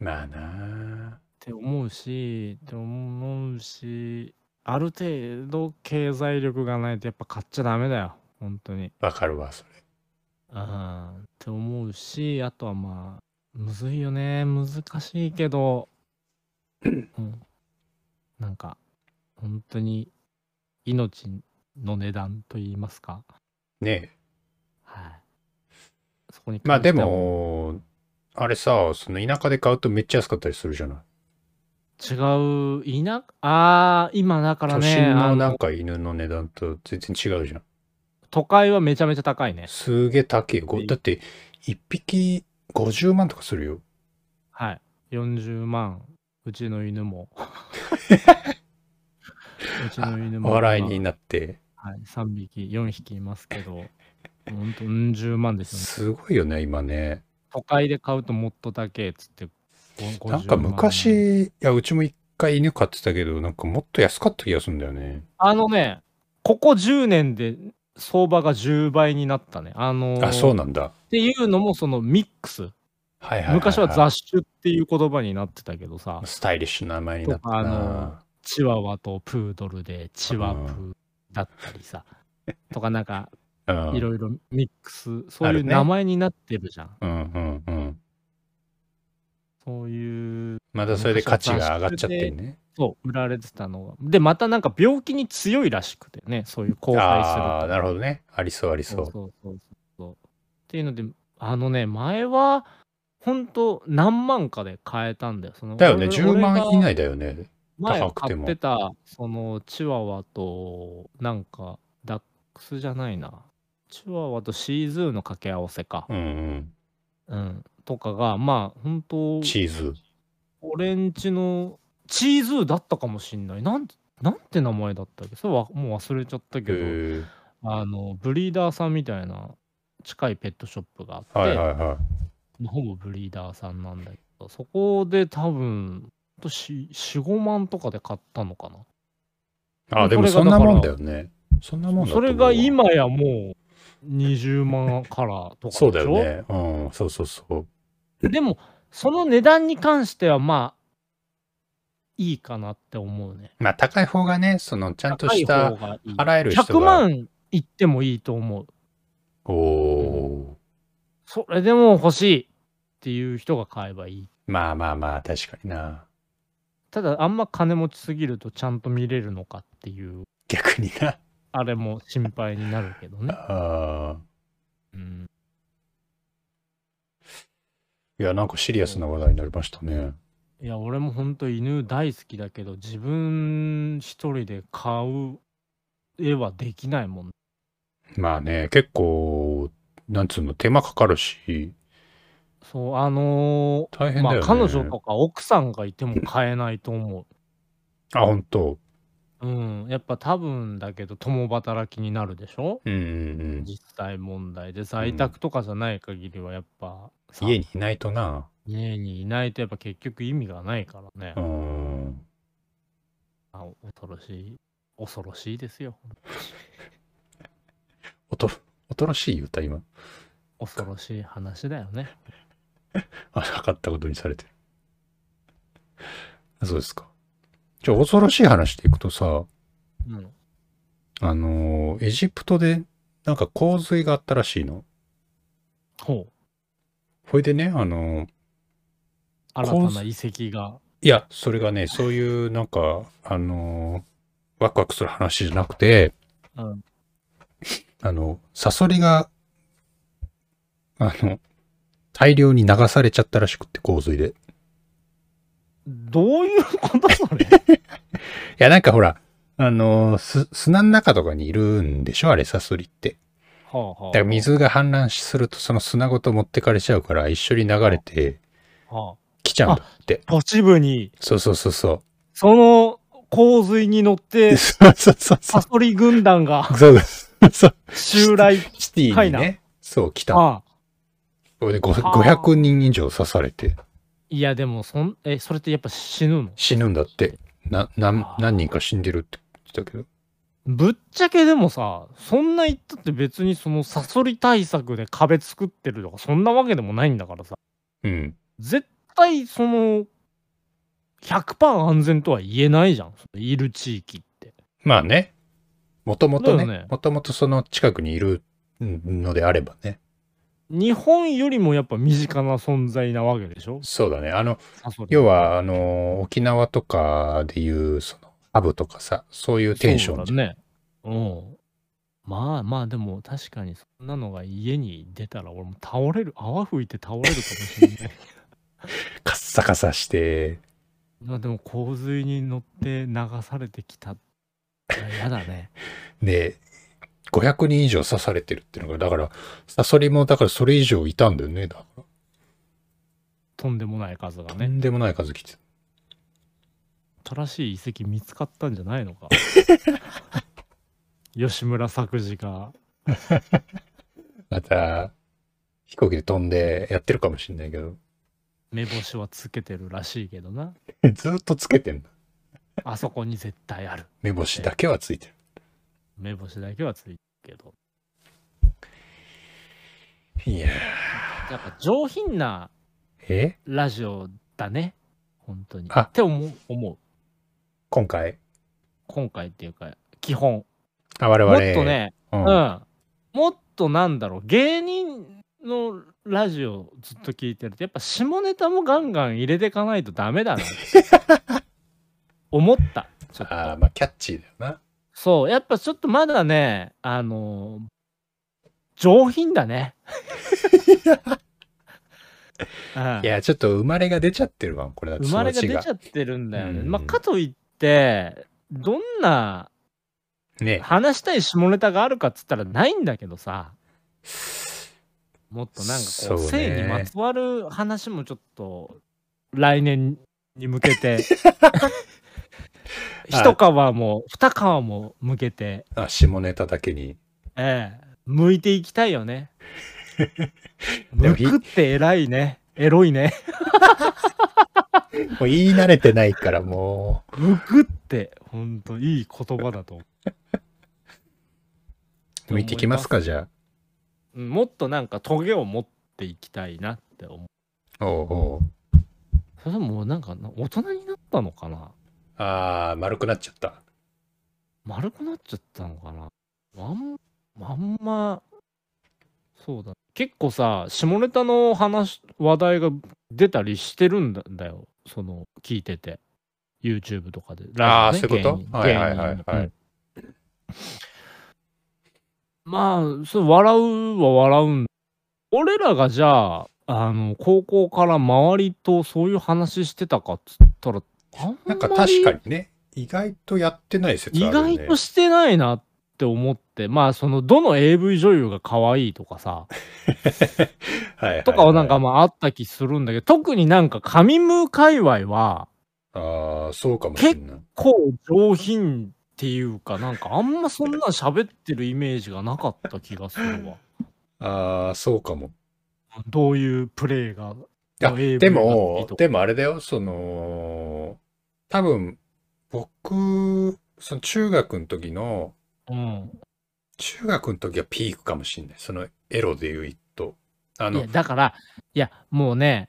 [SPEAKER 1] まあな
[SPEAKER 2] て思うしって思うしある程度経済力がないとやっぱ買っちゃダメだよ本当に
[SPEAKER 1] わかるわ、それ。
[SPEAKER 2] うんって思うしあとはまあむずいよね難しい けど、うん、なんか本当に命の値段と言いますか
[SPEAKER 1] ね
[SPEAKER 2] はいそこに
[SPEAKER 1] え。まあ
[SPEAKER 2] 関して
[SPEAKER 1] で
[SPEAKER 2] は
[SPEAKER 1] も、あれさ、その田舎で買うとめっちゃ安かったりするじゃない。
[SPEAKER 2] 違う田舎ああ今だから
[SPEAKER 1] 都
[SPEAKER 2] ね
[SPEAKER 1] 心
[SPEAKER 2] あ
[SPEAKER 1] の
[SPEAKER 2] の
[SPEAKER 1] なんか犬の値段と全然違うじゃん。
[SPEAKER 2] 都会はめちゃめちゃ高いね
[SPEAKER 1] すげえ高いよ。ごだって、一匹50万とかするよ。
[SPEAKER 2] はい40万うちの 犬もうちの犬も
[SPEAKER 1] お笑いになって。
[SPEAKER 2] はい、3匹4匹いますけど本当うん10万ですよね
[SPEAKER 1] すごいよね、今ね。
[SPEAKER 2] 都会で買うともっとだけっつってご50
[SPEAKER 1] なんか
[SPEAKER 2] 万
[SPEAKER 1] 昔、いや、うちも一回犬飼ってたけど、なんかもっと安かった気がするんだよね。
[SPEAKER 2] あのねここ10年で相場が10倍になったねあのー
[SPEAKER 1] あ、そう
[SPEAKER 2] っ
[SPEAKER 1] なんだ。
[SPEAKER 2] ていうのもそのミックス
[SPEAKER 1] はいはいいい
[SPEAKER 2] 昔は雑種っていう言葉になってたけどさ
[SPEAKER 1] スタイリッシュな名前になった
[SPEAKER 2] とか
[SPEAKER 1] な。
[SPEAKER 2] チワワとプードルでチワプーだったりさとかなんか
[SPEAKER 1] うん
[SPEAKER 2] いろいろミックスそう
[SPEAKER 1] あ
[SPEAKER 2] いう
[SPEAKER 1] るね
[SPEAKER 2] 名前になってるじゃん、
[SPEAKER 1] うんうんうん。
[SPEAKER 2] そういう
[SPEAKER 1] またそれで価値が上がっちゃってんね。
[SPEAKER 2] そう売られてたのがでまたなんか病気に強いらしくてねそういう交配すると
[SPEAKER 1] ああ、なるほどね。ありそうありそ
[SPEAKER 2] そう
[SPEAKER 1] う。
[SPEAKER 2] そうそうそうっていうのであのね前は本当何万かで買えたんだよその
[SPEAKER 1] だよね、
[SPEAKER 2] 俺
[SPEAKER 1] 10万以
[SPEAKER 2] 俺が
[SPEAKER 1] 内だよね。
[SPEAKER 2] 前
[SPEAKER 1] 高くて
[SPEAKER 2] 買
[SPEAKER 1] も
[SPEAKER 2] ってたそのチワワとなんかダックスじゃないなチワワとシーズーの掛け合わせか、
[SPEAKER 1] うん
[SPEAKER 2] うんとかがまあ本当
[SPEAKER 1] うん。チーズ。
[SPEAKER 2] 俺んちのチーズーだったかもしんないなんなんて名前だったっけそれはもう忘れちゃったけど、
[SPEAKER 1] へ
[SPEAKER 2] あのブリーダーさんみたいな近いペットショップがあって、
[SPEAKER 1] えはいはいは。
[SPEAKER 2] まあほぼブリーダーさんなんだけどそこで多分45万とかで買ったのかない
[SPEAKER 1] あ、でもそんなもんだよね。そんなもんだと
[SPEAKER 2] そ
[SPEAKER 1] 思う
[SPEAKER 2] れが今やもう20万からとかでしょ
[SPEAKER 1] そうだよね。うん、そうそうそう。
[SPEAKER 2] でもその値段に関してはまあいいかなって思うね
[SPEAKER 1] まあ高い方がね、そのちゃんと
[SPEAKER 2] 高い
[SPEAKER 1] した
[SPEAKER 2] 方がいい
[SPEAKER 1] 払える人が。
[SPEAKER 2] 100万いってもいいと思う
[SPEAKER 1] おお
[SPEAKER 2] それでも欲しいっていう人が買えばいい
[SPEAKER 1] ー。まあまあまあ、確かにな。
[SPEAKER 2] ただあんま金持ちすぎるとちゃんと見れるのかっていう
[SPEAKER 1] 逆にな。
[SPEAKER 2] あれも心配になるけどね、
[SPEAKER 1] あ
[SPEAKER 2] うん、
[SPEAKER 1] ーいや、なんかシリアスな話題になりましたね。
[SPEAKER 2] いや俺もほんと犬大好きだけど自分一人で買う絵はできないもん
[SPEAKER 1] まあね、結構、なんつうの、手間かかるし、
[SPEAKER 2] そうあの
[SPEAKER 1] 大
[SPEAKER 2] ー
[SPEAKER 1] 変
[SPEAKER 2] ま
[SPEAKER 1] だよ
[SPEAKER 2] あ
[SPEAKER 1] ね。
[SPEAKER 2] 彼女とか奥さんがいても買えないと思
[SPEAKER 1] あ、本当。
[SPEAKER 2] ううんやっぱ多分だけど共働きになるでしょ
[SPEAKER 1] うんうん
[SPEAKER 2] 実際問題で在宅とかじゃない限りはやっぱ
[SPEAKER 1] う
[SPEAKER 2] さ、
[SPEAKER 1] ん。家にいないとな。
[SPEAKER 2] 家にいないとやっぱ結局意味がないからね、
[SPEAKER 1] うん。
[SPEAKER 2] あ恐ろしい恐ろしいですよ
[SPEAKER 1] おと、おとろしい歌、今。
[SPEAKER 2] 恐ろしい話だよね
[SPEAKER 1] あ、なかったことにされてる。そうですか。じゃあ、恐ろしい話でいくとさ、
[SPEAKER 2] うん
[SPEAKER 1] あのーエジプトで、なんか洪水があったらしいの。
[SPEAKER 2] ほう
[SPEAKER 1] ほいでね、あのー
[SPEAKER 2] 新たな遺跡が
[SPEAKER 1] いや、それがね、そういうなんか、あのーワクワクする話じゃなくて、
[SPEAKER 2] うん
[SPEAKER 1] あの、サソリが、あの、大量に流されちゃったらしくって、洪水で。い
[SPEAKER 2] どういうことそ れ
[SPEAKER 1] や、なんかほら、あのーす砂の中とかにいるんでしょあれ、サソリって。
[SPEAKER 2] はあ、はあ、
[SPEAKER 1] だから水が氾濫すると、その砂ごと持ってかれちゃうから、一緒に流れて
[SPEAKER 2] は
[SPEAKER 1] きちゃうんだって。
[SPEAKER 2] あ、都市部に
[SPEAKER 1] そうそうそうそう。
[SPEAKER 2] その洪水に乗っ て
[SPEAKER 1] そうそうそうそ
[SPEAKER 2] サ
[SPEAKER 1] う。
[SPEAKER 2] ソリ軍 団が
[SPEAKER 1] そうそうそう。
[SPEAKER 2] 襲来
[SPEAKER 1] シティにね、そう、来たの
[SPEAKER 2] ああ
[SPEAKER 1] これでご
[SPEAKER 2] はあ
[SPEAKER 1] 500人以上刺されて
[SPEAKER 2] いやでもそんえそれってやっぱ死ぬの
[SPEAKER 1] 死ぬんだって。な、なん
[SPEAKER 2] はあ
[SPEAKER 1] 何人か死んでるって言ってたけど。
[SPEAKER 2] ぶっちゃけでもさそんな言ったって別にそのサソリ対策で壁作ってるとかそんなわけでもないんだからさ
[SPEAKER 1] うん。
[SPEAKER 2] 絶対その100%安全とは言えないじゃんそのいる地域って
[SPEAKER 1] まあね。もともと
[SPEAKER 2] そうだよ
[SPEAKER 1] ね
[SPEAKER 2] ね、
[SPEAKER 1] もともとその近くにいるのであればね。
[SPEAKER 2] 日本よりもやっぱ身近な存在なわけでしょ
[SPEAKER 1] そうだね。あの、
[SPEAKER 2] サソリ
[SPEAKER 1] 要は、あの、沖縄とかでいう、その、ハブとかさ、そういうテンションじ
[SPEAKER 2] そ
[SPEAKER 1] ゃ。
[SPEAKER 2] うんだねうんまあまあでも確かにそんなのが家に出たら俺も倒れる泡吹いて倒れるかもしれない
[SPEAKER 1] カッサカサして、
[SPEAKER 2] まあでも洪水に乗って流されてきたいややだね
[SPEAKER 1] で、500人以上刺されてるっていうのが、だから、サソリも、だからそれ以上いたんだよね。だから
[SPEAKER 2] とんでもない数が
[SPEAKER 1] と
[SPEAKER 2] ね
[SPEAKER 1] んでもない数来てた
[SPEAKER 2] 新しい遺跡見つかったんじゃないのか 吉村作治が
[SPEAKER 1] また、飛行機で飛んでやってるかもしれないけど、
[SPEAKER 2] 目星はつけてるらしいけどな
[SPEAKER 1] ずっとつけてんだ。
[SPEAKER 2] あそこに絶対ある
[SPEAKER 1] 目星だけはついてる。
[SPEAKER 2] 目星だけはついてるけど
[SPEAKER 1] いやー
[SPEAKER 2] やっぱ上品な
[SPEAKER 1] え
[SPEAKER 2] ラジオだね本当に
[SPEAKER 1] あ
[SPEAKER 2] って思う思う
[SPEAKER 1] 今回、
[SPEAKER 2] 今回っていうか基本
[SPEAKER 1] あ我
[SPEAKER 2] も
[SPEAKER 1] 々
[SPEAKER 2] っと、ね、
[SPEAKER 1] う
[SPEAKER 2] うんんもっとなんだろう芸人のラジオずっと聞いてるとやっぱ下ネタもガンガン入れていかないとダ メだな思ったちょっと
[SPEAKER 1] あーまあキャッチーだよな。
[SPEAKER 2] そうやっぱちょっとまだねあの上品だねうん
[SPEAKER 1] いや、ちょっと生まれが出ちゃってるわ、これだって
[SPEAKER 2] 生まれが
[SPEAKER 1] その地
[SPEAKER 2] 出ちゃってるんだよね。
[SPEAKER 1] うん
[SPEAKER 2] まあ、かといってどんな
[SPEAKER 1] ね
[SPEAKER 2] 話したい下ネタがあるかっつったらないんだけどさもっとなんかこ
[SPEAKER 1] そ
[SPEAKER 2] う
[SPEAKER 1] うね
[SPEAKER 2] 性にまつわる話もちょっと来年に向け て一皮も二皮も向けて、
[SPEAKER 1] あ下ネタだけに。
[SPEAKER 2] ええ、向いていきたいよね。
[SPEAKER 1] でも
[SPEAKER 2] 向くって偉いねエロいね。
[SPEAKER 1] もう言い慣れてないから、も
[SPEAKER 2] 向くってほんといい言葉だと思う
[SPEAKER 1] う。 向いていきますか、じゃ
[SPEAKER 2] うんもっとなんかトゲを持っていきたいなって思う
[SPEAKER 1] あ。おうおう
[SPEAKER 2] それでももうなんかな大人になったのかな
[SPEAKER 1] あー、丸くなっちゃった。
[SPEAKER 2] 丸くなっちゃったのかなあんあんまそうだ結構さ下ネタの話話題が出たりしてるんだだよその聞いてて YouTube とかで
[SPEAKER 1] あー
[SPEAKER 2] ラジオ
[SPEAKER 1] そういうこと
[SPEAKER 2] 芸人
[SPEAKER 1] はいはいはいはい
[SPEAKER 2] 芸人うんまあそう笑うは笑うん俺らがじゃああの高校から周りとそういう話してたかっつったらあんまり
[SPEAKER 1] なんか確かにね、意外とやってない説あ
[SPEAKER 2] 意
[SPEAKER 1] るよね。
[SPEAKER 2] 外としてないなって思ってまあそのどの AV 女優が可愛いとかさ
[SPEAKER 1] はいはいはい
[SPEAKER 2] とかはなんかまああった気するんだけど特になんか上ム界隈は
[SPEAKER 1] ああ、そうかもしれない。
[SPEAKER 2] こう上品っていうかなんかあんまそんなん喋ってるイメージがなかった気がするわ
[SPEAKER 1] ああ、そうかも。
[SPEAKER 2] どういうプレイが
[SPEAKER 1] あ
[SPEAKER 2] AV
[SPEAKER 1] で
[SPEAKER 2] がいい
[SPEAKER 1] も
[SPEAKER 2] と、か
[SPEAKER 1] でもあれだよ、その、多分、僕、その中学の時の、
[SPEAKER 2] うん
[SPEAKER 1] 中学の時はピークかもしんない。そのエロで言うと。あ
[SPEAKER 2] い
[SPEAKER 1] の
[SPEAKER 2] や、だからいやもうね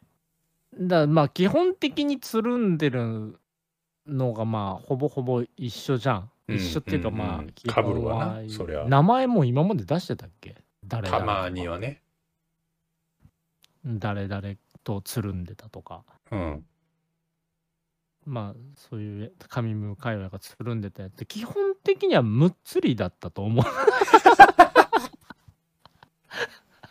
[SPEAKER 2] だまあ基本的につるんでるのがまあほぼほぼ一緒じゃん、
[SPEAKER 1] うん
[SPEAKER 2] 一緒っていうかまあ、
[SPEAKER 1] うんうん
[SPEAKER 2] 基本
[SPEAKER 1] 被るわなそりゃ
[SPEAKER 2] 名前も今まで出してたっけ誰
[SPEAKER 1] た
[SPEAKER 2] 々とか
[SPEAKER 1] まにはね。
[SPEAKER 2] 誰々とつるんでたとか
[SPEAKER 1] うん。
[SPEAKER 2] まあそういう上ム界隈がつるんでたやつって基本的にはむっつりだったと思う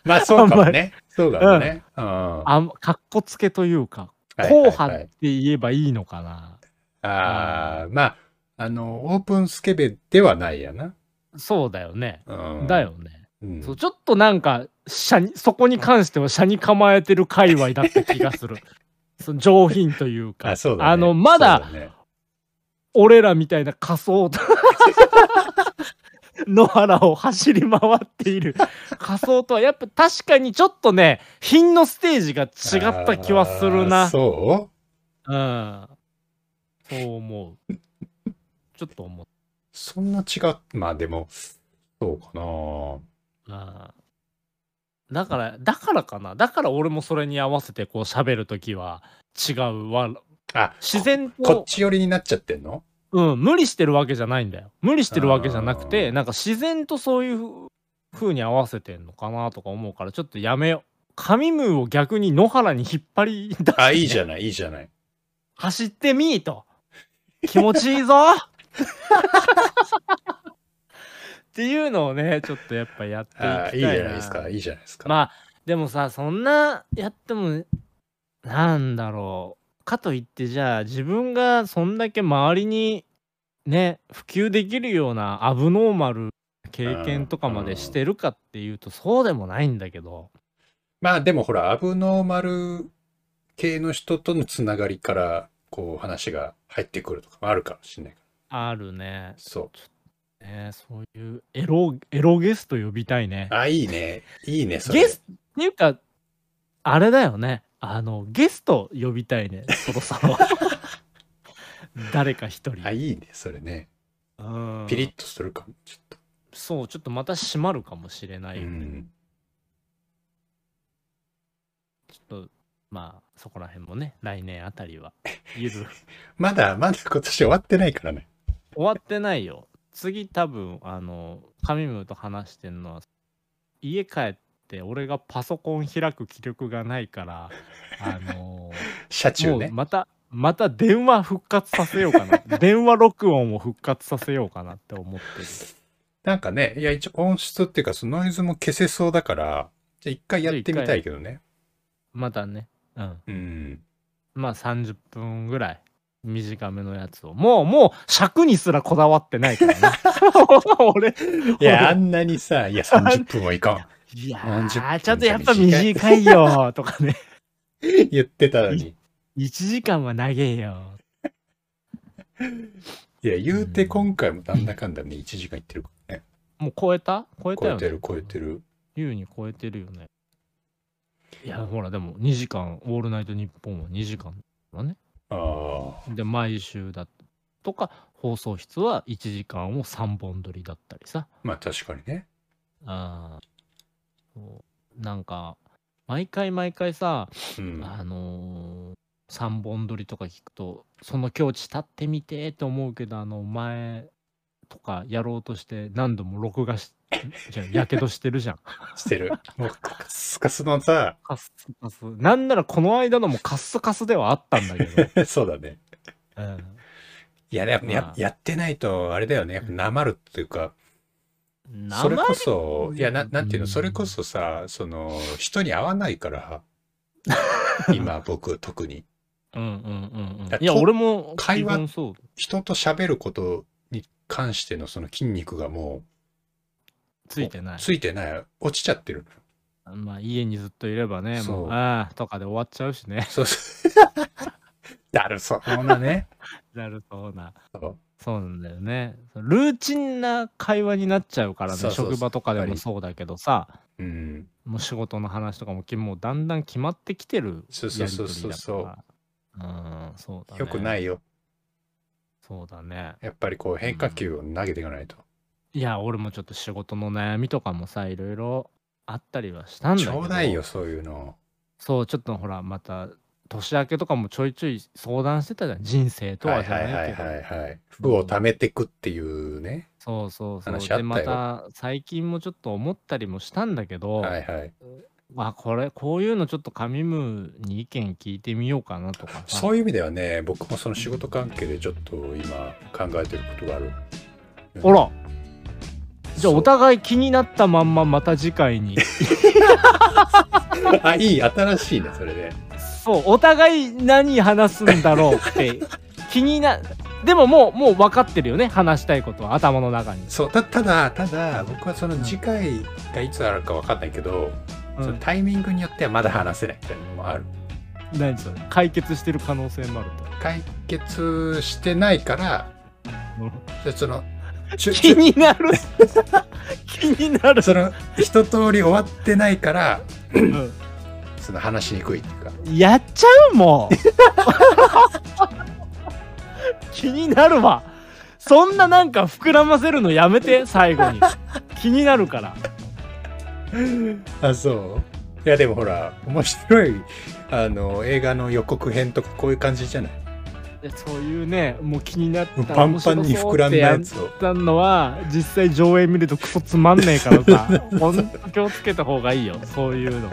[SPEAKER 1] まあ、そうか もね。そうだろうね。うん。あ
[SPEAKER 2] あんかっこつけというか
[SPEAKER 1] はい
[SPEAKER 2] 硬
[SPEAKER 1] はいはい
[SPEAKER 2] 派って言えばいいのかな、
[SPEAKER 1] あー、まあ、あの、オープンスケベではないやな。
[SPEAKER 2] そうだよね、
[SPEAKER 1] うん。
[SPEAKER 2] だよね
[SPEAKER 1] うん。
[SPEAKER 2] そうちょっとなんか車にそこに関しては車に構えてる界隈だった気が するその上品というか
[SPEAKER 1] あ、そうだね。
[SPEAKER 2] のまだ
[SPEAKER 1] そうね
[SPEAKER 2] 俺らみたいな仮想 野原を走り回っている仮想とはやっぱ確かにちょっとね品のステージが違った気はする
[SPEAKER 1] あー
[SPEAKER 2] な
[SPEAKER 1] そう
[SPEAKER 2] うんそう思うちょっと思っ
[SPEAKER 1] そんな違う。まあ、でも、そうかな。
[SPEAKER 2] たなだからだからかなだから俺もそれに合わせてこう喋るときは違うわ
[SPEAKER 1] あ、
[SPEAKER 2] 自然
[SPEAKER 1] こっ
[SPEAKER 2] と
[SPEAKER 1] ち寄りになっちゃってんの
[SPEAKER 2] ううん、無理してるわけじゃないんだよ。無理してるわけじゃなくて、なんか自然とそういうふ風に合わせてんのかなとか思うから、ちょっとやめよう。神ムーを逆に野原に引っ張り出
[SPEAKER 1] あ、いいじゃない、いいじゃ ない。
[SPEAKER 2] 走ってみーと。気持ちいい ぞっていうのをね、ちょっとやっぱやっていきたい
[SPEAKER 1] あ
[SPEAKER 2] な。
[SPEAKER 1] いいじゃないですか、いいじゃないですか。
[SPEAKER 2] まあ、でもさ、そんなやっても、なんだろう。かといって、じゃあ自分がそんだけ周りにね、普及できるようなアブノーマルな経験とかまでしてるかっていうと、そうでもないんだけど。
[SPEAKER 1] まあでもほら、アブノーマル系の人とのつながりから、こう話が入ってくるとかもあるかもしれないから。
[SPEAKER 2] あるね。
[SPEAKER 1] そ
[SPEAKER 2] ねそういうエロ、エロゲスト呼びたいね
[SPEAKER 1] う。。 あ、いいね。いいね、それ。
[SPEAKER 2] ゲストっていうかあれだよねあのゲスト呼びたいねそろそ ろ誰か一人
[SPEAKER 1] あ、いいね、それね。
[SPEAKER 2] うん
[SPEAKER 1] ピリッとするかも、ちょっと。
[SPEAKER 2] そうちょっとまた閉まるかもしれない、
[SPEAKER 1] うん。
[SPEAKER 2] ちょっとまあそこら辺もね来年あたりはゆる
[SPEAKER 1] まだ、まだ今年終わってないからね。
[SPEAKER 2] 終わってないよ次多分あの神ムーと話してんのは家帰って俺がパソコン開く気力がないからあの
[SPEAKER 1] 車中
[SPEAKER 2] も
[SPEAKER 1] ね
[SPEAKER 2] う。またまた電話復活させようかな電話録音を復活させようかなって思って
[SPEAKER 1] なんかね、いや、一応音質っていうか、そのノイズも消せそうだから、じゃあ一回やってみたいけどね。
[SPEAKER 2] またねうん
[SPEAKER 1] うん。
[SPEAKER 2] まあ30分ぐらい短めのやつをもうもう尺にすらこだわってな いからな俺
[SPEAKER 1] いや、あんなにさ、いや、30分はいかん。
[SPEAKER 2] いや
[SPEAKER 1] 40
[SPEAKER 2] ーちょっとやっぱ短いよとかね
[SPEAKER 1] 言ってたのに。
[SPEAKER 2] 1時間は長えよ
[SPEAKER 1] いや、言うて今回もなんだかんだね、1時間いってるからね。
[SPEAKER 2] もう超えた超えた
[SPEAKER 1] 超
[SPEAKER 2] よ、
[SPEAKER 1] え
[SPEAKER 2] ね、
[SPEAKER 1] てる、超えてる。
[SPEAKER 2] 優に超えてるよねいやほらでも2時間「オールナイトニッポン」は2時間だからね
[SPEAKER 1] あ
[SPEAKER 2] で毎週だとか放送室は1時間を3本撮りだったりさ
[SPEAKER 1] あ、まあ確かにね。
[SPEAKER 2] あーそうなんか毎回毎回さ、
[SPEAKER 1] うん。
[SPEAKER 2] あのー、3本撮りとか聞くとその境地立ってみてって思うけどあの前とかやろうとして何度も録画しじゃあ やけどしてるじゃん。
[SPEAKER 1] してる。もう、カッスカスのさ、
[SPEAKER 2] カッスカスなんならこの間のもカッスカスではあったんだけ ど、
[SPEAKER 1] そうだね。
[SPEAKER 2] うん
[SPEAKER 1] いや、やっぱ
[SPEAKER 2] ま
[SPEAKER 1] や
[SPEAKER 2] あ
[SPEAKER 1] やってないと、あれだよね。やっぱなまるっていうか、それこそ、いや、ななんていうの、それこそさ、その、人に合わない から、今僕特に。
[SPEAKER 2] うんうんうん
[SPEAKER 1] だ
[SPEAKER 2] うん。いや、
[SPEAKER 1] と
[SPEAKER 2] 俺も
[SPEAKER 1] 会話
[SPEAKER 2] 基本そう。
[SPEAKER 1] 人と喋ることに関してのその筋肉がも
[SPEAKER 2] ついてな
[SPEAKER 1] う、
[SPEAKER 2] い。
[SPEAKER 1] ついてない。落ちちゃってる。
[SPEAKER 2] まあ、家にずっといればね、
[SPEAKER 1] そ
[SPEAKER 2] も
[SPEAKER 1] う
[SPEAKER 2] う、ああ、とかで終わっちゃうしね。
[SPEAKER 1] そうそう。だるそうなね。
[SPEAKER 2] なるそうな。
[SPEAKER 1] そう
[SPEAKER 2] そうなんだよね。ルーチンな会話になっちゃうからね、
[SPEAKER 1] そうそうそう
[SPEAKER 2] 職場とかでもそうだけどさ、
[SPEAKER 1] うん。
[SPEAKER 2] もう仕事の話とかもき、もうだんだん決まってきてる。
[SPEAKER 1] そうそうそうそうそう
[SPEAKER 2] やりとりだから。うん、そうだね。。
[SPEAKER 1] よくないいよ。
[SPEAKER 2] そうだね。
[SPEAKER 1] やっぱりこう変化球を投げていかないと。
[SPEAKER 2] いや、俺もちょっと仕事の悩みとかもさ、いろいろあったりはしたんだけ
[SPEAKER 1] ち
[SPEAKER 2] ど。
[SPEAKER 1] ょうだいよ、そういうの。
[SPEAKER 2] そうちょっとほらまた年明けとかもちょいちょい相談してたじゃん人生と
[SPEAKER 1] は
[SPEAKER 2] はいじゃ
[SPEAKER 1] はいは
[SPEAKER 2] ない
[SPEAKER 1] い
[SPEAKER 2] けど、
[SPEAKER 1] はいはい。負を溜めてくっていうね。
[SPEAKER 2] そうそうそう
[SPEAKER 1] 話あったよ
[SPEAKER 2] でまた最近もちょっと思ったりもしたんだけど、
[SPEAKER 1] はいはい。
[SPEAKER 2] まあこれこういうのちょっと神ムーに意見聞いてみようかなとかさ
[SPEAKER 1] そういう意味ではね、僕もその仕事関係でちょっと今考えてることがある。
[SPEAKER 2] あらじゃ
[SPEAKER 1] そ
[SPEAKER 2] あ
[SPEAKER 1] う
[SPEAKER 2] お互い気になったまんままた次回に
[SPEAKER 1] あ、いい、新しいね、それで。
[SPEAKER 2] そうお互い何話すんだろう って気になでももうもう分かってるよね話したいことは頭の中に、
[SPEAKER 1] そう、たただ、ただ、僕はその次回がいつあるかわかんないけど、
[SPEAKER 2] うん
[SPEAKER 1] そのタイミングによってはまだ話せないみたいなのもある。
[SPEAKER 2] 何それ解決してる可能性もあると
[SPEAKER 1] 解決してないから、でその、 ちょ
[SPEAKER 2] 気にな る気になる、
[SPEAKER 1] その、一通り終わってないから、
[SPEAKER 2] うん
[SPEAKER 1] その話しにくいっていうか。
[SPEAKER 2] やっちゃうもう気になるわそんななんか膨らませるのやめて最後に気になるから
[SPEAKER 1] あそういやでもほら面白いあの映画の予告編とかこういう感じじゃない
[SPEAKER 2] いやそういうねもう気になった
[SPEAKER 3] パンパンに膨らんだやつを
[SPEAKER 2] 面白そうってやったのは実際上映見るとクソつまんねえからさほんと気をつけた方がいいよそういうの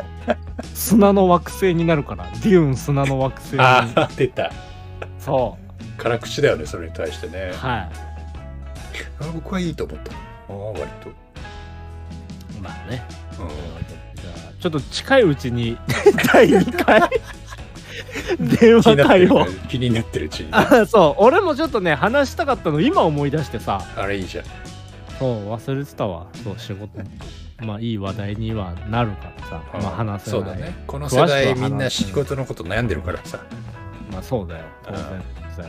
[SPEAKER 2] 砂の惑星になるからデューン砂の惑星に
[SPEAKER 1] ああ出た
[SPEAKER 2] そ
[SPEAKER 1] 辛口だよねそれに対してね
[SPEAKER 2] うは
[SPEAKER 1] あ僕はいいと思ったああ割と
[SPEAKER 2] いまあね
[SPEAKER 1] うん
[SPEAKER 2] じゃあちょっと近いうちに 第2回電話会を
[SPEAKER 1] 気になってるうちにあ
[SPEAKER 2] あそう俺もちょっとね話したかったの今思い出してさ
[SPEAKER 1] れいいじゃん
[SPEAKER 2] そう忘れてたわそう仕事まあいい話題にはなるからさ、まあ、話せない
[SPEAKER 1] そうだねこの
[SPEAKER 2] 詳
[SPEAKER 1] 世
[SPEAKER 2] しくは
[SPEAKER 1] 代
[SPEAKER 2] 話せな
[SPEAKER 1] み
[SPEAKER 2] い
[SPEAKER 1] んな仕事のこと悩んでるからさ
[SPEAKER 2] まあそうだよ当然
[SPEAKER 1] ああ
[SPEAKER 2] 当然とい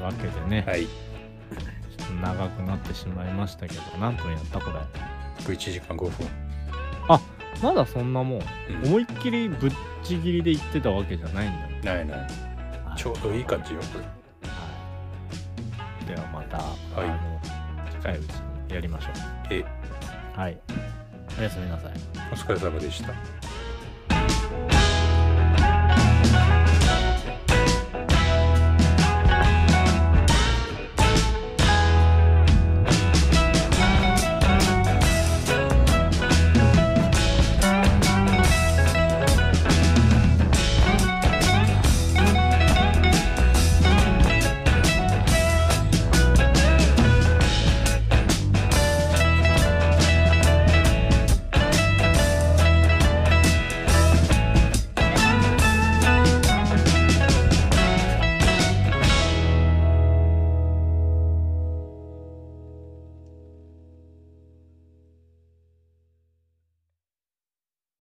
[SPEAKER 2] うわけでね、
[SPEAKER 1] はい
[SPEAKER 2] ちょっと長くなってしまいましたけど何分やったこれ
[SPEAKER 1] 僕1時間5分、
[SPEAKER 2] まだそんなもん
[SPEAKER 1] うん
[SPEAKER 2] 思いっきりぶっちぎりで言ってたわけじゃないんだね
[SPEAKER 1] ないないちょうどいい感じよ
[SPEAKER 2] はいではまた、
[SPEAKER 1] い
[SPEAKER 2] あの近いうちにやりましょ
[SPEAKER 1] え
[SPEAKER 2] うはいおやすみなさい
[SPEAKER 1] お疲れ様でした